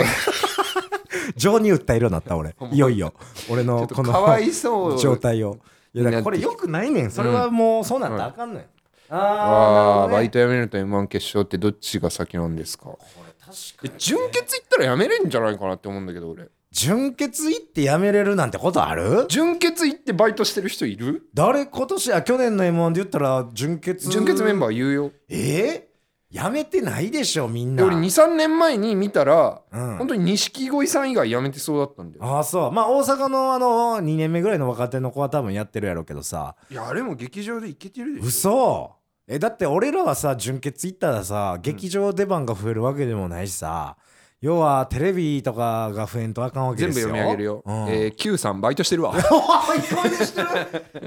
[SPEAKER 2] 情に訴えるようになった俺いよいよ俺
[SPEAKER 1] ちょ
[SPEAKER 2] の
[SPEAKER 1] っと
[SPEAKER 2] この
[SPEAKER 1] かわいそう
[SPEAKER 2] 状態をいやだからこれ
[SPEAKER 1] な
[SPEAKER 2] よくないねんそれはもうそうなったらあかんねん、あ
[SPEAKER 1] あ
[SPEAKER 2] あ、
[SPEAKER 1] ー
[SPEAKER 2] な
[SPEAKER 1] バ
[SPEAKER 2] る
[SPEAKER 1] イ
[SPEAKER 2] ほ
[SPEAKER 1] ト辞めると m 1決勝ってどっちが先なんですか
[SPEAKER 2] どね確
[SPEAKER 1] え
[SPEAKER 2] かに
[SPEAKER 1] 純潔行ったら辞めれんじゃないかなって思うんだけど俺
[SPEAKER 2] 純潔行ってやめれるなんてことある
[SPEAKER 1] 純潔行ってバイトしてる人いる
[SPEAKER 2] 誰今年あ去年の m 1で言ったら純潔
[SPEAKER 1] 純潔メン
[SPEAKER 2] バー
[SPEAKER 1] バー言うよ
[SPEAKER 2] えー、やめてないでしょみん
[SPEAKER 1] で
[SPEAKER 2] な
[SPEAKER 1] 俺23年前に見たら、
[SPEAKER 2] うん
[SPEAKER 1] 本当に錦鯉さん以外辞めてそうだったんだよ
[SPEAKER 2] ああそうまあ大阪のあの2年目ぐらいの若手の子は多分やってるやろうけどさ
[SPEAKER 1] いやあれも劇場でいけてるでしょ
[SPEAKER 2] 嘘えだって俺らはさ純潔行ったらさ劇場出番が増えるわけでもないしさ、要はテレビとかが増えんとあかんわけ
[SPEAKER 1] 全
[SPEAKER 2] で
[SPEAKER 1] 部
[SPEAKER 2] すよ
[SPEAKER 1] 読み上げるよ、
[SPEAKER 2] うん
[SPEAKER 1] え
[SPEAKER 2] <laughs>
[SPEAKER 1] ー、Q さんバイトしてるわ
[SPEAKER 2] あ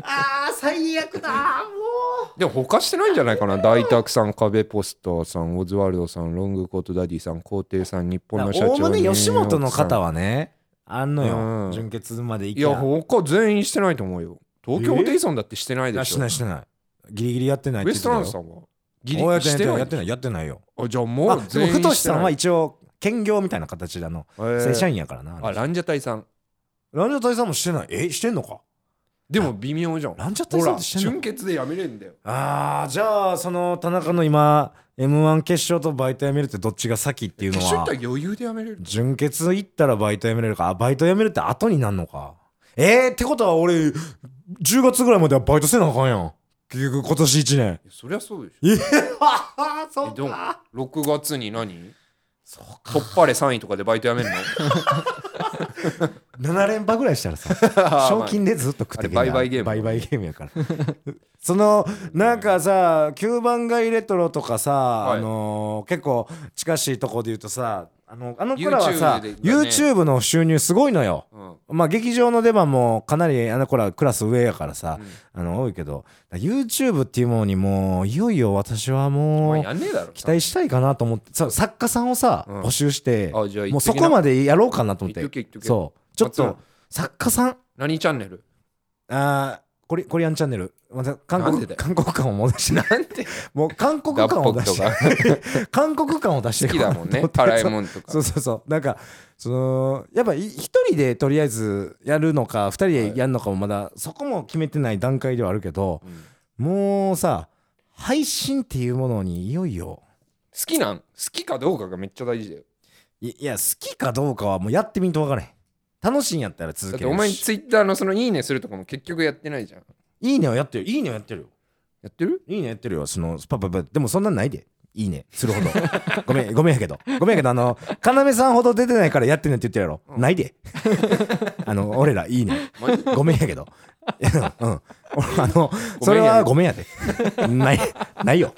[SPEAKER 2] あ最悪だも
[SPEAKER 1] でも他してないんじゃない
[SPEAKER 2] <laughs>
[SPEAKER 1] かな大沢さん壁ポスターさんオズワルドさんロングコートダディさん皇帝さん日本の社長
[SPEAKER 2] おおむね吉本の方
[SPEAKER 1] は
[SPEAKER 2] はねあんのよ、
[SPEAKER 1] うん
[SPEAKER 2] 純潔まで行
[SPEAKER 1] い
[SPEAKER 2] き
[SPEAKER 1] や
[SPEAKER 2] ゃ
[SPEAKER 1] 他全員してないと思うよ東京ホテイソンだってしてないで
[SPEAKER 2] あ
[SPEAKER 1] し
[SPEAKER 2] し
[SPEAKER 1] ょ
[SPEAKER 2] ないしてないギリギリやってない
[SPEAKER 1] ウエストランドさ
[SPEAKER 2] ん
[SPEAKER 1] んは
[SPEAKER 2] ギ
[SPEAKER 1] ギ
[SPEAKER 2] リ
[SPEAKER 1] リ
[SPEAKER 2] や
[SPEAKER 1] し
[SPEAKER 2] ってて
[SPEAKER 1] な
[SPEAKER 2] ない
[SPEAKER 1] い
[SPEAKER 2] やってないやってないよ
[SPEAKER 1] あじゃあもう
[SPEAKER 2] あでも
[SPEAKER 1] 全員
[SPEAKER 2] 太
[SPEAKER 1] して
[SPEAKER 2] さん
[SPEAKER 1] な
[SPEAKER 2] はい一応兼業みたいな形であの
[SPEAKER 1] えー
[SPEAKER 2] 正社員やからな、
[SPEAKER 1] あランジャタイさん
[SPEAKER 2] ランジャタイさんもしてないえしてんのか
[SPEAKER 1] でも微妙じゃん
[SPEAKER 2] ランジャタイ
[SPEAKER 1] ほ
[SPEAKER 2] さんっ
[SPEAKER 1] ら
[SPEAKER 2] てしてんの
[SPEAKER 1] 純潔でやめれんだよ
[SPEAKER 2] あーじゃあその田中の今 m 1決勝とバイト辞めるってどっちが先っていう
[SPEAKER 1] 決
[SPEAKER 2] の
[SPEAKER 1] 勝行
[SPEAKER 2] は
[SPEAKER 1] ったら余裕でやめれる
[SPEAKER 2] 純潔行ったらバイト辞めれるかあバイト辞めるって後になんのかえー、ってことは俺10月ぐらいまではバイトせなあかんやん結局今年1年
[SPEAKER 1] いやそりゃそうでしょ
[SPEAKER 2] あそ
[SPEAKER 1] えでも6月に何突破れ3位とかでバイトやめ
[SPEAKER 2] <laughs>
[SPEAKER 1] んの
[SPEAKER 2] 7連覇ぐらいした
[SPEAKER 1] <laughs>
[SPEAKER 2] らさ賞金でずっと食ってけんな
[SPEAKER 1] あれ売買ゲーム
[SPEAKER 2] 売買ゲームやから <laughs> そのなんかさ9番街レトロとかさ、
[SPEAKER 1] い
[SPEAKER 2] あのー結構近しいとこで言うとさあのあの子らは
[SPEAKER 1] YouTube
[SPEAKER 2] さ
[SPEAKER 1] でね
[SPEAKER 2] YouTube の収入すごいのよ
[SPEAKER 1] まあうん
[SPEAKER 2] まあ劇場の出番もかなりあの子らクラス上やからさ
[SPEAKER 1] うん、
[SPEAKER 2] あの多いけどだから YouTube っていうものにもういよいよ私はも
[SPEAKER 1] ま
[SPEAKER 2] う
[SPEAKER 1] あやんねえだろ
[SPEAKER 2] 期待したいかなと思ってさ作家さんをさ、
[SPEAKER 1] うん
[SPEAKER 2] 募集して
[SPEAKER 1] あじゃあ
[SPEAKER 2] もうそこま
[SPEAKER 1] で
[SPEAKER 2] でやろうかなと思って
[SPEAKER 1] 言っとけ言っとけ
[SPEAKER 2] そうちょっ
[SPEAKER 1] 松
[SPEAKER 2] と作家さん
[SPEAKER 1] 何チャンネル
[SPEAKER 2] あーコリコリアンチャンネルまた韓
[SPEAKER 1] なん
[SPEAKER 2] 国
[SPEAKER 1] でだよ
[SPEAKER 2] 韓国感を戻して
[SPEAKER 1] なんて
[SPEAKER 2] もう韓国感を出し
[SPEAKER 1] 脱
[SPEAKER 2] て韓国感を出して
[SPEAKER 1] 好きだもんね
[SPEAKER 2] <laughs> こう
[SPEAKER 1] 辛いもんとか
[SPEAKER 2] そうそうそうなんかそのやっぱい一人でとりあえずやるのか二人でやるのかもまだそこも決めてない段階ではあるけど
[SPEAKER 1] うん好
[SPEAKER 2] もうさ配信っていうものにいよいよ
[SPEAKER 1] きなん好きかどうかがめっちゃ大事だよ
[SPEAKER 2] いいや好きかどうかはもうやってみんと分からへん楽しいんやったら続
[SPEAKER 1] だっ
[SPEAKER 2] け
[SPEAKER 1] て
[SPEAKER 2] る
[SPEAKER 1] お前
[SPEAKER 2] し
[SPEAKER 1] ツイッターのそのいいねするとかも結局やってないじゃん
[SPEAKER 2] いいねはやってるいいねはやってるよ
[SPEAKER 1] やってる
[SPEAKER 2] いいねやってるよ。その、パパパ、でもそんなんないで。いいね。するほど。 <laughs> ごめん、ごめんやけど。ごめんやけど、あの、要さんほど出てないからやってねって言ってるやろ。ないで。 <laughs> あの、俺ら、いいね。
[SPEAKER 1] マジ
[SPEAKER 2] ごめんやけど。うん。うん俺あの、それはごめんやで。ない、ないよ。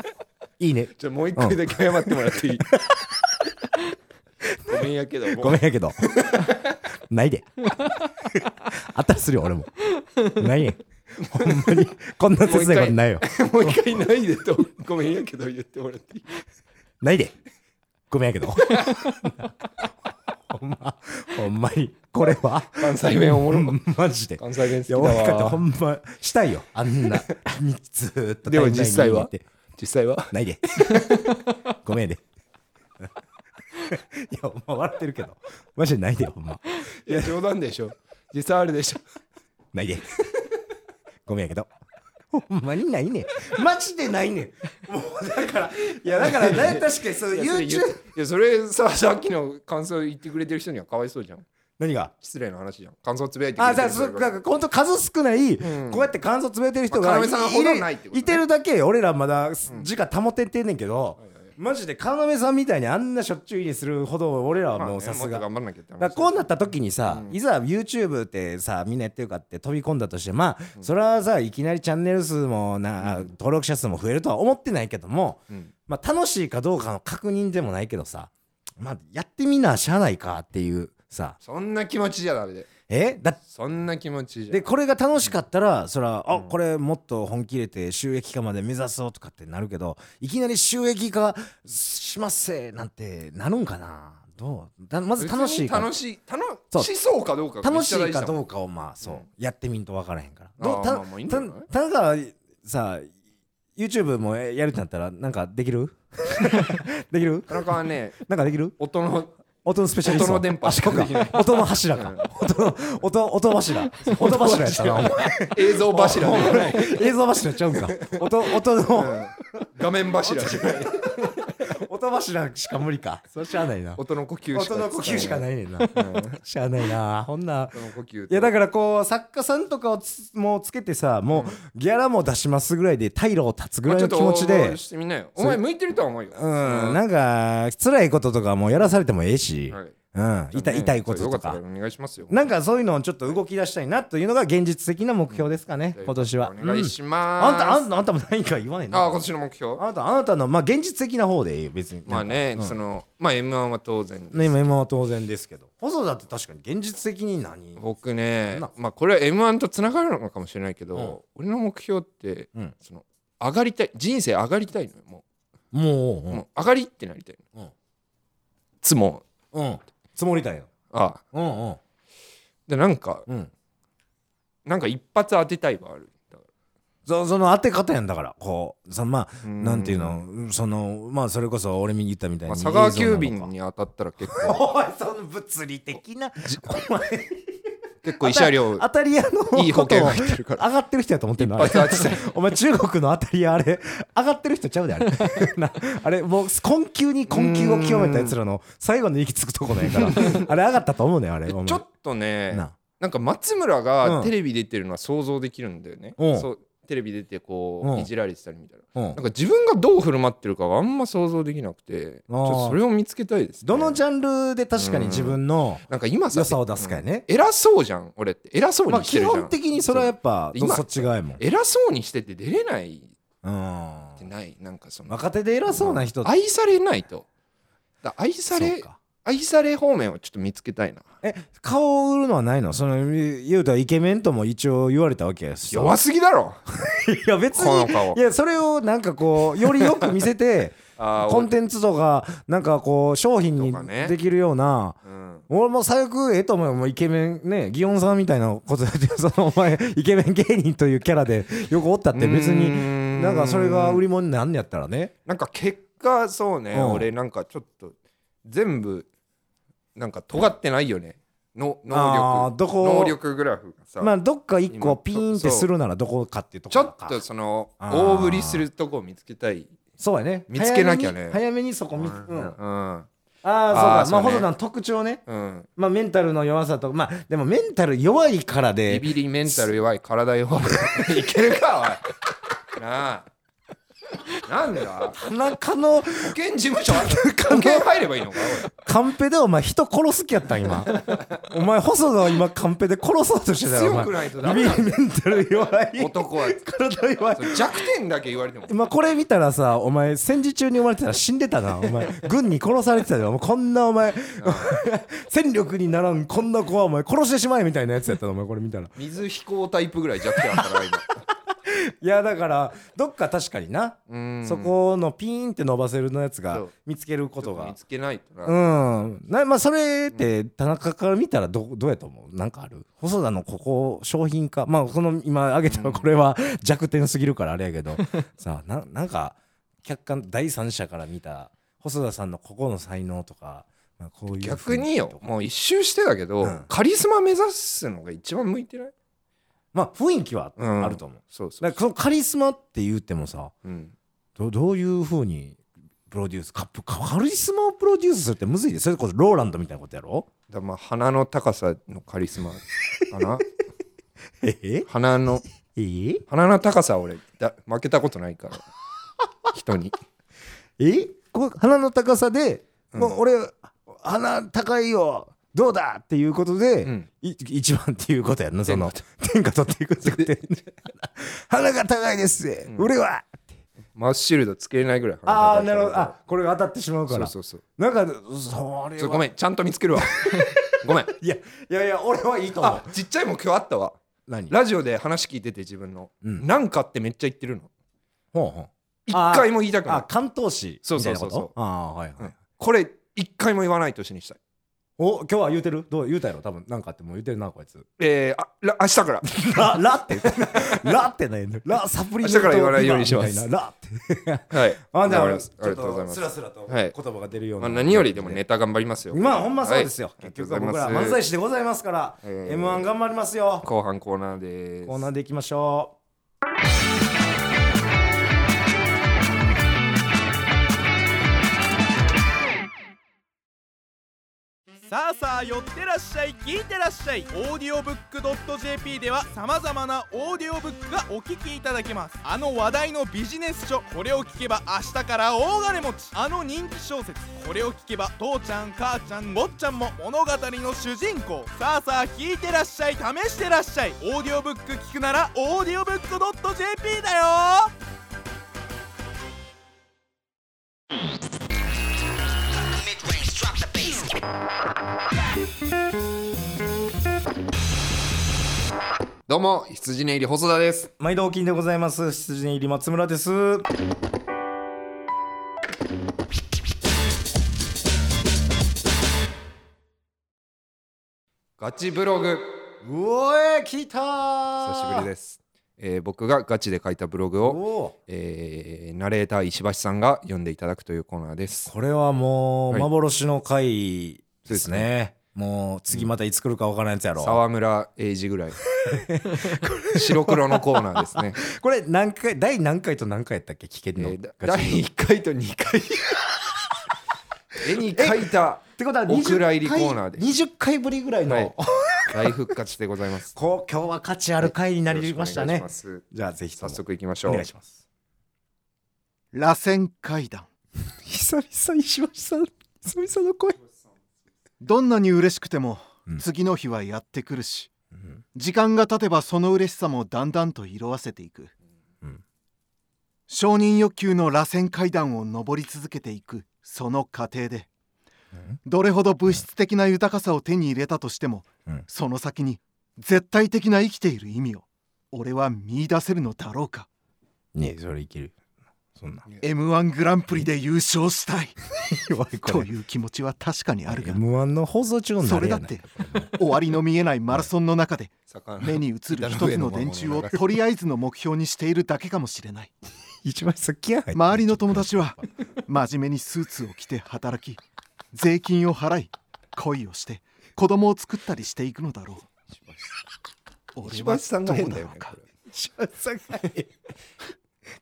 [SPEAKER 2] いいね。
[SPEAKER 1] じゃあもう一回だけ謝ってもらっていい <laughs> ごめんやけども
[SPEAKER 2] ごめんやけど。ない <laughs> で。あったりするよ、俺も。ないねん。ほんまに、こんな切ないことないよ。
[SPEAKER 1] もう一回ないでと <laughs> ごめんやけど言ってもら
[SPEAKER 2] <laughs>
[SPEAKER 1] っていい
[SPEAKER 2] ないで。ごめんやけど。 <laughs> ほんま、ほんまに、これは。
[SPEAKER 1] 関西弁おもろい
[SPEAKER 2] マジで。
[SPEAKER 1] 関西弁
[SPEAKER 2] いや、
[SPEAKER 1] 好き
[SPEAKER 2] 俺
[SPEAKER 1] だ
[SPEAKER 2] かってほ
[SPEAKER 1] わ
[SPEAKER 2] んま、したいよ。あんな、ずーっと。
[SPEAKER 1] でも実際は
[SPEAKER 2] タイムラインにいて
[SPEAKER 1] 実際は
[SPEAKER 2] ないで。 <laughs> ごめんやで。 <laughs> いや、ほんま笑ってるけど。マジでないでよ、ほんま。
[SPEAKER 1] いや冗談でしょ実際あるで
[SPEAKER 2] <laughs>
[SPEAKER 1] しょ
[SPEAKER 2] ないで。ごめんやけど。ほんまにないねん。マジでないねん。もうだから、いやだから、ね、確かにそう、
[SPEAKER 1] いや
[SPEAKER 2] YouTube。
[SPEAKER 1] いやそれささっきの感想言ってくれてる人にはかわいそうじゃん
[SPEAKER 2] 何が
[SPEAKER 1] 失礼な話じゃん感想つぶやいてくれ
[SPEAKER 2] あ
[SPEAKER 1] て
[SPEAKER 2] じゃ
[SPEAKER 1] る
[SPEAKER 2] あそ
[SPEAKER 1] 人
[SPEAKER 2] う
[SPEAKER 1] が
[SPEAKER 2] なんか本当数少ない、
[SPEAKER 1] うん
[SPEAKER 2] こうやって感想詰めてる人が、
[SPEAKER 1] まあ要さんほどないってことね
[SPEAKER 2] いてるだけ俺らまだ時間保ててんねんけど、マジで要さんみたいにあんなしょっちゅういいにするほど俺らは
[SPEAKER 1] まあ
[SPEAKER 2] も
[SPEAKER 1] ね
[SPEAKER 2] うさす
[SPEAKER 1] もっと
[SPEAKER 2] が。
[SPEAKER 1] 頑張んなきゃって話
[SPEAKER 2] だからこうなった時にさ、いざ YouTube ってさみんなやってるかって飛び込んだとしてまあ、それはさいきなりチャンネル数もな、登録者数も増えるとは思ってないけども、
[SPEAKER 1] うん
[SPEAKER 2] まあ、楽しいかどうかの確認でもないけどさ、まあ、やってみなしゃあないかっていうさ
[SPEAKER 1] そんな気持ちじゃダメで
[SPEAKER 2] えだっ
[SPEAKER 1] そんな気持ちじゃ
[SPEAKER 2] でこれが楽しかったらそらあこれもっと本気入れて収益化まで目指そうとかってなるけどいきなり収益化ししますせなんてなるんかなどうだまず楽しいか
[SPEAKER 1] 楽しい
[SPEAKER 2] そう
[SPEAKER 1] 楽しそうかどうかがめっ
[SPEAKER 2] 楽し
[SPEAKER 1] ちゃ大
[SPEAKER 2] い
[SPEAKER 1] 事だ
[SPEAKER 2] か
[SPEAKER 1] もん
[SPEAKER 2] どうかをまあそう、
[SPEAKER 1] うん
[SPEAKER 2] やってみんと分からへんから
[SPEAKER 1] あー
[SPEAKER 2] どうた
[SPEAKER 1] まあまあいいんじゃない
[SPEAKER 2] たたださ YouTube もえやるってなったらなんかで
[SPEAKER 1] <laughs>
[SPEAKER 2] きるできる
[SPEAKER 1] 田中はね
[SPEAKER 2] なんかできる
[SPEAKER 1] 音
[SPEAKER 2] <laughs>
[SPEAKER 1] の
[SPEAKER 2] 音のスペシャリスト
[SPEAKER 1] 音の電波
[SPEAKER 2] あそうか音の柱か、音の音
[SPEAKER 1] <laughs>
[SPEAKER 2] 音柱音柱やったなお前
[SPEAKER 1] 映像柱じゃない
[SPEAKER 2] 映像柱ちゃうんか音音の、
[SPEAKER 1] 画面柱じゃない
[SPEAKER 2] 音柱しか無理かそれしゃあないな
[SPEAKER 1] 音の呼吸しか
[SPEAKER 2] 音の呼吸しかないねんなしゃあないなほんな
[SPEAKER 1] 音の呼吸
[SPEAKER 2] いやだからこう作家さんとかをつもうつけてさもうギャラも出しますぐらいで退路を断つぐらいの気持ち
[SPEAKER 1] ま
[SPEAKER 2] で
[SPEAKER 1] あちょっと応募してみなよお前向いてるとは思うよ
[SPEAKER 2] うんなんか辛いこととかもやらされてもええし
[SPEAKER 1] はい
[SPEAKER 2] うん痛い痛いことと
[SPEAKER 1] よか
[SPEAKER 2] か
[SPEAKER 1] ったらお願いしますよ
[SPEAKER 2] なんかそういうのをちょっと動き出したいなというのが現実的な目標ですかね今年は
[SPEAKER 1] お願いし
[SPEAKER 2] うん
[SPEAKER 1] ま
[SPEAKER 2] あん
[SPEAKER 1] す
[SPEAKER 2] たあんたあんたも何か言わねえな
[SPEAKER 1] あ今年の目標
[SPEAKER 2] あなたあなたのまあ現実的な方でいい別に
[SPEAKER 1] まあねそのまあ M1 は当然
[SPEAKER 2] ね今今は当然ですけど細田って確かに現実的に何
[SPEAKER 1] 僕ね
[SPEAKER 2] そんな
[SPEAKER 1] まあこれは M1 とつながるのかもしれないけど俺の目標って
[SPEAKER 2] うん
[SPEAKER 1] その上がりたい人生上がりたいのよも
[SPEAKER 2] も
[SPEAKER 1] う
[SPEAKER 2] う
[SPEAKER 1] もう上がりってなりたいの
[SPEAKER 2] うん
[SPEAKER 1] つも
[SPEAKER 2] うん、うん、積もりたいの
[SPEAKER 1] あ
[SPEAKER 2] うんうん
[SPEAKER 1] でなんか
[SPEAKER 2] うん
[SPEAKER 1] なんか一発当てたいはあるだか
[SPEAKER 2] そその当て方やんだからこうそのまあ
[SPEAKER 1] ら
[SPEAKER 2] なんていうのうんそのまあそれこそ俺見に行ったみたい
[SPEAKER 1] まあ
[SPEAKER 2] に
[SPEAKER 1] 佐川急
[SPEAKER 2] 映像な
[SPEAKER 1] 便
[SPEAKER 2] のか
[SPEAKER 1] に当たったら結構
[SPEAKER 2] おいその物理的なお前
[SPEAKER 1] 結構慰謝料
[SPEAKER 2] 当たり屋のことを
[SPEAKER 1] いい保険入ってるから
[SPEAKER 2] 上がってる人やと思ってんの
[SPEAKER 1] 一発当て
[SPEAKER 2] <laughs> お前中国の当たり屋あれ上がってる人ちゃうであれ <laughs> なあれもう困窮に困窮を極めたやつらの最後の息つくとこなんやからあれ上がったと思うねんあれお前
[SPEAKER 1] ちょっとね
[SPEAKER 2] な
[SPEAKER 1] なんか松村
[SPEAKER 2] う
[SPEAKER 1] が
[SPEAKER 2] ん
[SPEAKER 1] テレビ出てるのは想像できるんだよね、
[SPEAKER 2] うん
[SPEAKER 1] そうテレビ出てこ
[SPEAKER 2] うん
[SPEAKER 1] ういじられてたりみたいな
[SPEAKER 2] うん
[SPEAKER 1] なんか自分がどう振る舞ってるかはあんま想像できなくてち
[SPEAKER 2] あー
[SPEAKER 1] ょっとそれを見つけたいです、ね、
[SPEAKER 2] どのジャンルで確かに自分の
[SPEAKER 1] なんか今さ
[SPEAKER 2] 良さを出すかやね、
[SPEAKER 1] 偉そうじゃん俺って偉そう
[SPEAKER 2] まあ
[SPEAKER 1] にして
[SPEAKER 2] 基
[SPEAKER 1] るじゃん、
[SPEAKER 2] 本的にそれはやっぱ
[SPEAKER 1] そう今
[SPEAKER 2] そっち側やもん
[SPEAKER 1] そう偉そうにしてて出れないって
[SPEAKER 2] うん
[SPEAKER 1] ないなんかその
[SPEAKER 2] 若手で偉そうな人って
[SPEAKER 1] 愛されないとだ愛さ
[SPEAKER 2] そう
[SPEAKER 1] れ
[SPEAKER 2] か
[SPEAKER 1] 愛され方面をちょっと見つけたいな
[SPEAKER 2] え顔を売るのはないのその言うたらイケメンとも一応言われたわけやしさ
[SPEAKER 1] 弱すぎだろ
[SPEAKER 2] いや別
[SPEAKER 1] この
[SPEAKER 2] に
[SPEAKER 1] 顔
[SPEAKER 2] いやそれをなんかこうよりよく見せて
[SPEAKER 1] <laughs> あー
[SPEAKER 2] コンテンツとかなんかこう商品に
[SPEAKER 1] とかね
[SPEAKER 2] できるような
[SPEAKER 1] うん
[SPEAKER 2] 俺も最悪ええと思うよもうイケメンね祇園さんみたいなことやってそのお前イケメン芸人というキャラでよくおったって別
[SPEAKER 1] うー
[SPEAKER 2] に
[SPEAKER 1] ん
[SPEAKER 2] なんかそれが売り物になんねやったらね
[SPEAKER 1] なんか結果そうね、
[SPEAKER 2] うん
[SPEAKER 1] 俺なんかちょっと全部なんか尖ってないよねの能
[SPEAKER 2] あー
[SPEAKER 1] 力
[SPEAKER 2] どこ
[SPEAKER 1] 能力グラフがさ、
[SPEAKER 2] まあどっか一個
[SPEAKER 1] 今
[SPEAKER 2] ピーンって
[SPEAKER 1] そう
[SPEAKER 2] するならどこかっていうと
[SPEAKER 1] ち
[SPEAKER 2] こ
[SPEAKER 1] ょ
[SPEAKER 2] ろ
[SPEAKER 1] っ
[SPEAKER 2] か
[SPEAKER 1] とその
[SPEAKER 2] あー
[SPEAKER 1] 大振りするとこを見つけたい、
[SPEAKER 2] そうやね
[SPEAKER 1] 見つけなきゃね
[SPEAKER 2] 早めに早めにそこ見つ
[SPEAKER 1] う
[SPEAKER 2] うん
[SPEAKER 1] んうん
[SPEAKER 2] あ
[SPEAKER 1] あー
[SPEAKER 2] あそうかまあ
[SPEAKER 1] そうね
[SPEAKER 2] 細田の特徴ねまあメンタルの弱さとまあでもメンタル弱いから
[SPEAKER 1] ビ
[SPEAKER 2] で
[SPEAKER 1] ビりメンタル弱い
[SPEAKER 2] <laughs>
[SPEAKER 1] 体弱いいけるかおいなあなんだ
[SPEAKER 2] 田中の
[SPEAKER 1] 保険事務所あ
[SPEAKER 2] <laughs>
[SPEAKER 1] る保険入ればいいのか
[SPEAKER 2] カンペでお前人殺す気やったん
[SPEAKER 1] <laughs>
[SPEAKER 2] 今お前細田を今カンペで殺そうとしてたよ
[SPEAKER 1] 強
[SPEAKER 2] お前
[SPEAKER 1] くないとダメなんだ
[SPEAKER 2] ビビりメンタル弱
[SPEAKER 1] おい
[SPEAKER 2] い
[SPEAKER 1] 男は
[SPEAKER 2] 体弱い
[SPEAKER 1] それ弱点だけ言われても
[SPEAKER 2] 今これ見たらさお前戦時中に生まれてたら死んでたなお前軍に殺されてたよお前こんなお前戦力にならんこんな子はお前殺してしまえみたいなやつやったのお前これ見たら
[SPEAKER 1] 水飛行タイプぐらい弱点あったから今
[SPEAKER 2] いやだからどっか確かにな
[SPEAKER 1] <laughs> うん
[SPEAKER 2] そこのピーンって伸ばせるのやつ
[SPEAKER 1] そ
[SPEAKER 2] が
[SPEAKER 1] う
[SPEAKER 2] 見つけるこ
[SPEAKER 1] ちょ
[SPEAKER 2] と
[SPEAKER 1] っ見
[SPEAKER 2] が
[SPEAKER 1] つけないとな、
[SPEAKER 2] うんなまあそれって田中から見たらどどうやと思うなんかある細田のここ商品化まあこの今挙げたこれは <laughs> 弱点すぎるからあれやけどさあななんか客観第三者から見た細田さんのここの才能とか、まあ、こういう
[SPEAKER 1] 逆に
[SPEAKER 2] 雰囲気
[SPEAKER 1] よ
[SPEAKER 2] とか
[SPEAKER 1] もう一周してだけど、
[SPEAKER 2] うん
[SPEAKER 1] カリスマ目指すのが一番向いてない
[SPEAKER 2] まあ雰囲気は
[SPEAKER 1] うん
[SPEAKER 2] あると思う、
[SPEAKER 1] そうそう
[SPEAKER 2] だからそのカリスマって言ってもさ
[SPEAKER 1] うん、
[SPEAKER 2] どどういうふうにプロデュースカカリスマをプロデュースするってむずいでそれこそローランドみたいなことやろ <laughs>
[SPEAKER 1] だからまあ鼻の高さのカリスマかな <laughs>
[SPEAKER 2] え
[SPEAKER 1] 鼻の
[SPEAKER 2] え
[SPEAKER 1] 鼻の高さは俺だ負けたことないから人に
[SPEAKER 2] えこう鼻の高さで、
[SPEAKER 1] うん
[SPEAKER 2] もう俺鼻高いよどうだっていうことで、
[SPEAKER 1] うん
[SPEAKER 2] い一番っていうことやんなその天下取っていくってことやんな
[SPEAKER 1] <laughs>
[SPEAKER 2] 鼻が高いです、
[SPEAKER 1] ん
[SPEAKER 2] 俺は
[SPEAKER 1] マウスシールドつけれないぐらい鼻高
[SPEAKER 2] ああ
[SPEAKER 1] いか
[SPEAKER 2] ーな
[SPEAKER 1] ら
[SPEAKER 2] るほどあこれが当たってしまうから
[SPEAKER 1] そうそう
[SPEAKER 2] なんかそ
[SPEAKER 1] そう
[SPEAKER 2] れ
[SPEAKER 1] ちょ
[SPEAKER 2] は
[SPEAKER 1] ごめんちゃんと見つける <laughs> わごめん
[SPEAKER 2] いやいやいや俺はいいと思う
[SPEAKER 1] あちっちゃい目標あったわ
[SPEAKER 2] 何
[SPEAKER 1] ラジオで話聞いてて自分の、
[SPEAKER 2] うん
[SPEAKER 1] なんかってめっちゃ言ってるの
[SPEAKER 2] ほうほ
[SPEAKER 1] 一回も言いたくない
[SPEAKER 2] あ関東市
[SPEAKER 1] そう
[SPEAKER 2] みた
[SPEAKER 1] そそ
[SPEAKER 2] いうなこ
[SPEAKER 1] うそう
[SPEAKER 2] とああーはいはい、
[SPEAKER 1] うんこれ一回も言わない年にしたい
[SPEAKER 2] お今日は言うてるどう言うたやろ多分なんかあってもう言うてるな
[SPEAKER 1] <laughs>
[SPEAKER 2] こいつ
[SPEAKER 1] えー、あら明日
[SPEAKER 2] <laughs>
[SPEAKER 1] から
[SPEAKER 2] ララって言ってラってないのラサプリメン
[SPEAKER 1] 明日
[SPEAKER 2] ト
[SPEAKER 1] から言わないようにします
[SPEAKER 2] みたいなラって
[SPEAKER 1] はい
[SPEAKER 2] あじゃ
[SPEAKER 1] わ
[SPEAKER 2] あ
[SPEAKER 1] かりますありがとうございま
[SPEAKER 2] ち
[SPEAKER 1] す
[SPEAKER 2] ょっとスラスラと
[SPEAKER 1] はい
[SPEAKER 2] 言葉が出るよう
[SPEAKER 1] ま
[SPEAKER 2] な、
[SPEAKER 1] あ、何よりでもネタ頑張りますよ
[SPEAKER 2] まあほんまそうですよ、
[SPEAKER 1] はい
[SPEAKER 2] 結局は僕ら
[SPEAKER 1] ありがと
[SPEAKER 2] 漫
[SPEAKER 1] うございま
[SPEAKER 2] 才
[SPEAKER 1] す
[SPEAKER 2] 師でございますから、
[SPEAKER 1] えー
[SPEAKER 2] m 1頑張りますよ
[SPEAKER 1] 後半コーナーです
[SPEAKER 2] コーナーでいきましょ
[SPEAKER 4] さあさあ寄ってらっしゃい聞いてらっしゃいオーディオブックドット JP ではさまざまなオーディオブックがお聞きいただけますあの話題のビジネス書これを聞けば明日から大金持ちあの人気小説これを聞けば父ちゃん母ちゃん坊ちゃんも物語の主人公さあさあ聞いてらっしゃい試してらっしゃいオーディオブック聞くならオーディオブックドット JP だよ
[SPEAKER 1] どうも羊ね入り細田です
[SPEAKER 2] う毎度お金でございます羊入り松村です
[SPEAKER 1] ガチブログ
[SPEAKER 2] うおえ来たー
[SPEAKER 1] 久しぶり
[SPEAKER 2] す
[SPEAKER 1] です、えー僕がガチで書いたブログを、
[SPEAKER 2] おー
[SPEAKER 1] えーナレーター石橋さんが読んでいただくというコーナーです
[SPEAKER 2] これはもう
[SPEAKER 1] はい
[SPEAKER 2] 幻の回ですね,、
[SPEAKER 1] そう
[SPEAKER 2] もう次またいつ来るか分からんやつやろ、
[SPEAKER 1] 沢村栄治ぐらい <laughs> 白黒のコーナー
[SPEAKER 2] <laughs>
[SPEAKER 1] ですね、
[SPEAKER 2] これ何回第何回と何回やったっけ聞け
[SPEAKER 1] え
[SPEAKER 2] んの、
[SPEAKER 1] ーだ
[SPEAKER 2] ガ
[SPEAKER 1] 第
[SPEAKER 2] チ
[SPEAKER 1] 1回と2回
[SPEAKER 2] <laughs>
[SPEAKER 1] 絵に描いた
[SPEAKER 2] ってことは
[SPEAKER 1] お
[SPEAKER 2] 20
[SPEAKER 1] 蔵
[SPEAKER 2] 回
[SPEAKER 1] 入りコーナーで
[SPEAKER 2] 20回ぶりぐらいの、
[SPEAKER 1] はい大復活でございます
[SPEAKER 2] こう今日は価値ある回になりましたね、
[SPEAKER 1] よろしくお願いします
[SPEAKER 2] じゃあぜひと
[SPEAKER 1] 早
[SPEAKER 2] も
[SPEAKER 1] 速いきましょ
[SPEAKER 2] お
[SPEAKER 1] う
[SPEAKER 2] 願いします
[SPEAKER 5] 螺旋階段
[SPEAKER 2] 久々石橋さん久々の声
[SPEAKER 5] どんなに嬉しくても
[SPEAKER 2] うん
[SPEAKER 5] 次の日はやってくるし、時間が経てばその嬉しさもだんだんと色あせていく、
[SPEAKER 2] うん
[SPEAKER 5] 承認欲求の螺旋階段を上り続けていくその過程で、どれほど物質的な豊かさを手に入れたとしても、
[SPEAKER 2] うん
[SPEAKER 5] その先に絶対的な生きている意味を俺は見出せるのだろうか
[SPEAKER 2] ねえそれいけるそんな
[SPEAKER 5] m 1グランプリで優勝し
[SPEAKER 2] <laughs>
[SPEAKER 5] たい
[SPEAKER 2] 弱い
[SPEAKER 5] と
[SPEAKER 2] 声
[SPEAKER 5] いう気持ちは確かにあるが
[SPEAKER 2] M1 の放送中の慣
[SPEAKER 5] そ
[SPEAKER 2] れ
[SPEAKER 5] れだ
[SPEAKER 2] や
[SPEAKER 5] っ
[SPEAKER 2] な
[SPEAKER 5] て終わりの見えないマラソンの中で
[SPEAKER 1] 魚
[SPEAKER 5] 目に映る一つの電柱をとりあえずの目標にしているだけかもしれない
[SPEAKER 2] 一番先や
[SPEAKER 5] 周りの友達は真面目にスーツを着て働き税金を払い恋をして子供を作ったりしていくのだろう俺はどうなのか
[SPEAKER 2] 一番先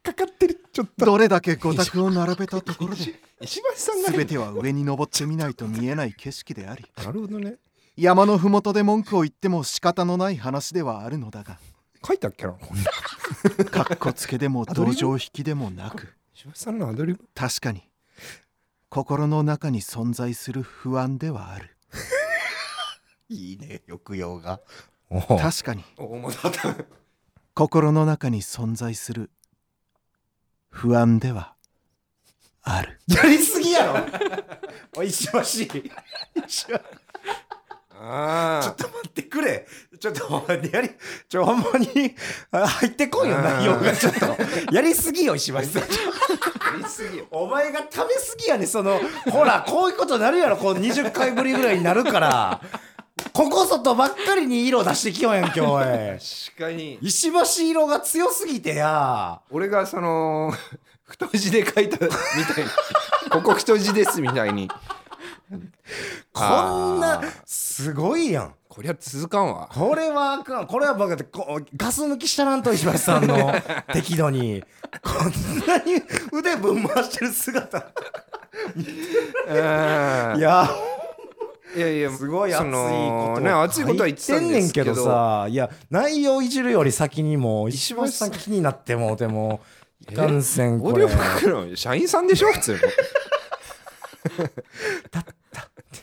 [SPEAKER 2] かかってるちょっ
[SPEAKER 5] どれだけ五択を並べたところで
[SPEAKER 1] 石橋さんが
[SPEAKER 5] 全ては上に登ってみないと見えない景色であり
[SPEAKER 1] なるほどね
[SPEAKER 5] 山の麓で文句を言っても仕方のない話ではあるのだが
[SPEAKER 1] 書いたっけなこんな
[SPEAKER 5] かっこつけでも同情引きでもなく
[SPEAKER 1] 石橋さんのアドリブ
[SPEAKER 5] 確かに心の中に存在する不安ではある
[SPEAKER 2] いいね抑揚が
[SPEAKER 5] 確かに
[SPEAKER 1] おまた
[SPEAKER 5] 心の中に存在する不安ではある
[SPEAKER 2] やりすぎやろおい石橋石橋ちょっ
[SPEAKER 1] あ
[SPEAKER 2] と待ってくれちょっとほんまにやりちょほんまにあ入ってこいよ内容がちょっとやりすぎよ石
[SPEAKER 1] <laughs>
[SPEAKER 2] 橋さん
[SPEAKER 1] あやりすぎよ
[SPEAKER 2] お前が食べ過ぎやねそのほらこういうことなるやろこう20回ぶりぐらいになるからここぞとばっかりに色出してきようやん今日おい
[SPEAKER 1] 確かに
[SPEAKER 2] 石橋色が強すぎ
[SPEAKER 1] <laughs>
[SPEAKER 2] てや
[SPEAKER 1] 俺がそ
[SPEAKER 2] <laughs>
[SPEAKER 1] の太字で書いたみたいにここ太字ですみたいに
[SPEAKER 2] こん
[SPEAKER 1] あ
[SPEAKER 2] な
[SPEAKER 1] ー
[SPEAKER 2] すごいやん
[SPEAKER 1] こりゃ続かんわ
[SPEAKER 2] これはあかんこれはバカでこガス抜きしたらんと石橋さんの
[SPEAKER 1] <laughs>
[SPEAKER 2] 適度にこんなに腕ぶん回してる姿い
[SPEAKER 1] いや
[SPEAKER 2] や
[SPEAKER 1] いやいや
[SPEAKER 2] すごい熱い
[SPEAKER 1] そ
[SPEAKER 2] こ
[SPEAKER 1] の
[SPEAKER 2] と
[SPEAKER 1] ね熱いことは言ってたんですけど
[SPEAKER 2] 入ってんねんけどさいや内容いじるより先にもう石橋さん気になってもうてもいかんせん
[SPEAKER 1] オー
[SPEAKER 2] こ
[SPEAKER 1] ディ <laughs>
[SPEAKER 2] れ
[SPEAKER 1] オブックの社員さんでしょ普通の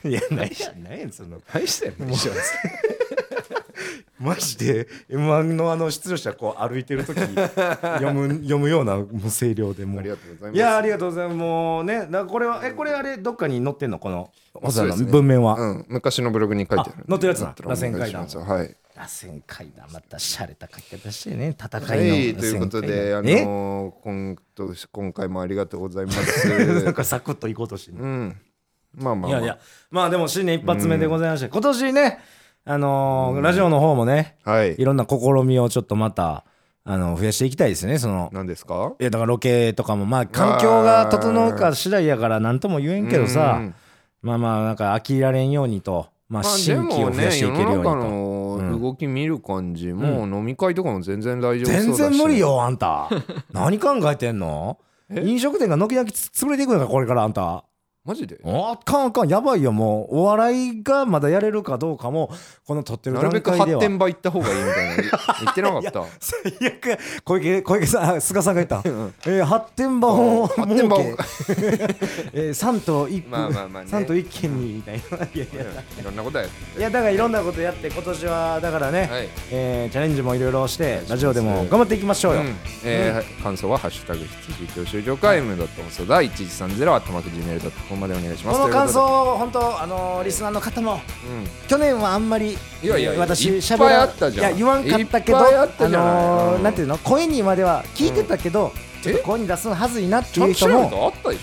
[SPEAKER 2] いやないしないやんその
[SPEAKER 1] 何してんの石橋さ
[SPEAKER 2] <laughs> マジで M1 のあの出場者こう歩いてる時読む読むようなもう声量で
[SPEAKER 1] ん
[SPEAKER 2] も
[SPEAKER 1] あ
[SPEAKER 2] う
[SPEAKER 1] りがとうございます
[SPEAKER 2] いやありがとうございますもうねだからこれはえこれあれどっかに載ってんのこの
[SPEAKER 1] あそうですね
[SPEAKER 2] 文面は、
[SPEAKER 1] うん昔のブログに書いてある
[SPEAKER 2] あ載ってるやつな
[SPEAKER 1] だったらお願いしますはい
[SPEAKER 2] 螺旋階段また洒落た書き方してね戦いの
[SPEAKER 1] はい、ということで、あ
[SPEAKER 2] 螺
[SPEAKER 1] の
[SPEAKER 2] 旋階段ね
[SPEAKER 1] ー、今年今回もありがとうございま
[SPEAKER 2] <laughs> なん
[SPEAKER 1] す。
[SPEAKER 2] かサクッと行こうとしてね
[SPEAKER 1] うん、まあまあ、まあ、
[SPEAKER 2] いやいやまあでも新年一発目でございまして今年ねあのーラジオの方もね
[SPEAKER 1] はい
[SPEAKER 2] い、ろんな試みをちょっとまたあの増やしていきたいですねその
[SPEAKER 1] 何ですか
[SPEAKER 2] いやだからロケとかもまあ環境が整うか次第やから何とも言えんけどさ、
[SPEAKER 1] うん
[SPEAKER 2] まあまあなんか飽きられんようにと、まあ、
[SPEAKER 1] まあ
[SPEAKER 2] 新規を増やしていけるように
[SPEAKER 1] でもね、
[SPEAKER 2] と。
[SPEAKER 1] 世の中
[SPEAKER 2] う
[SPEAKER 1] の
[SPEAKER 2] ん
[SPEAKER 1] 動き見る感じ、もう飲み会とかも全然大丈夫そうだし、
[SPEAKER 2] 全然無理よあ
[SPEAKER 1] <laughs>
[SPEAKER 2] んた何考えてんの
[SPEAKER 1] え
[SPEAKER 2] 飲食店が軒並みつ潰れていくのかこれからあんた
[SPEAKER 1] マジで
[SPEAKER 2] あかんあかんやばいよもうお笑いがまだやれるかどうかもこの撮ってる
[SPEAKER 1] なる
[SPEAKER 2] 段
[SPEAKER 1] べく
[SPEAKER 2] 階で
[SPEAKER 1] 発
[SPEAKER 2] は
[SPEAKER 1] 展場行った方がいいみたいな言ってなかった
[SPEAKER 2] 最悪小池小池さんあ菅さんが言った、
[SPEAKER 1] ん
[SPEAKER 2] えー発展場を設
[SPEAKER 1] 発展場を
[SPEAKER 2] け <laughs> えー三都一
[SPEAKER 1] まあまあまあね
[SPEAKER 2] 区三都一軒にみたいないやいや
[SPEAKER 1] いろんなことや
[SPEAKER 2] いやだからいろんなことやって今年はだからね、
[SPEAKER 1] はい
[SPEAKER 2] えーチャレンジもいろいろしてラジオで
[SPEAKER 1] は
[SPEAKER 2] も
[SPEAKER 1] い
[SPEAKER 2] 頑張っていきましょうよ、
[SPEAKER 1] うんえー感想は「ハッシュタグ羊教習所か M. 細田1130」頭くじメールドットコムまでお願いします
[SPEAKER 2] この感想
[SPEAKER 1] と
[SPEAKER 2] を本当あのーリスナーの方も
[SPEAKER 1] いうことでうん
[SPEAKER 2] 去年はあんまり
[SPEAKER 1] いやいやいや
[SPEAKER 2] 私
[SPEAKER 1] いっぱい
[SPEAKER 2] 喋ら
[SPEAKER 1] あったじゃん
[SPEAKER 2] いや言わんかったけど
[SPEAKER 1] いっぱいあったじゃない
[SPEAKER 2] あのー
[SPEAKER 1] うん
[SPEAKER 2] なんていうの声にまでは聞いてたけど、ちょっ
[SPEAKER 1] え
[SPEAKER 2] と声に出すのはずいなって
[SPEAKER 1] ちゃ
[SPEAKER 2] い
[SPEAKER 1] ん
[SPEAKER 2] う
[SPEAKER 1] と調
[SPEAKER 2] 人
[SPEAKER 1] べた
[SPEAKER 2] も
[SPEAKER 1] らあったでしょ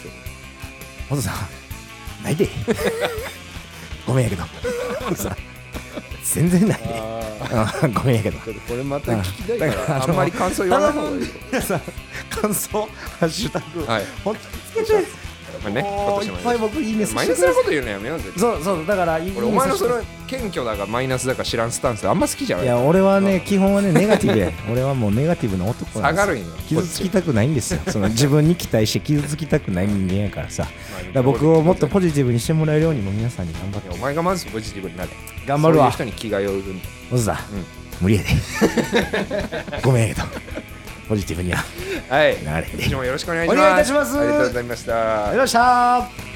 [SPEAKER 2] ほとさんな
[SPEAKER 1] <laughs>
[SPEAKER 2] いでごめんやけどほとさん全然ないでごめんやけど
[SPEAKER 1] これまた聞きたいから
[SPEAKER 2] あ
[SPEAKER 1] あんまり感想言わない方がいいよ
[SPEAKER 2] 皆さん感想ハッシュタグ、
[SPEAKER 1] はい
[SPEAKER 2] 本当につけちゃい
[SPEAKER 1] まあね
[SPEAKER 2] もういっぱい僕いいね
[SPEAKER 1] マイナスなこと言うのやめようぜ
[SPEAKER 2] そうそうだからいい
[SPEAKER 1] 俺お前のそ
[SPEAKER 2] いい
[SPEAKER 1] れ
[SPEAKER 2] ね
[SPEAKER 1] 謙虚だかマイナスだか知らんスタンスあんま好きじゃないい
[SPEAKER 2] や俺はね基本はねネガティ
[SPEAKER 1] <laughs>
[SPEAKER 2] ブや俺はもうネガティブな男な
[SPEAKER 1] 下
[SPEAKER 2] んですよ
[SPEAKER 1] がるんよ
[SPEAKER 2] 傷つきたくないんですよその自分に期待して傷つきたくない人間やからさだから僕をもっとポジティブにしてもらえるようにも皆さんに頑張っ
[SPEAKER 1] い
[SPEAKER 2] て
[SPEAKER 1] やお前がまずポジティブになれ
[SPEAKER 2] 頑張るわ
[SPEAKER 1] そういう人に気が寄るんだ
[SPEAKER 2] おずだ、無理やで <laughs> ごめんやけどポジティブには
[SPEAKER 1] はい
[SPEAKER 2] なれで
[SPEAKER 1] 今年もよろしくお願いします
[SPEAKER 2] お願いいたします
[SPEAKER 1] ありがとうございました
[SPEAKER 2] ありがとうございました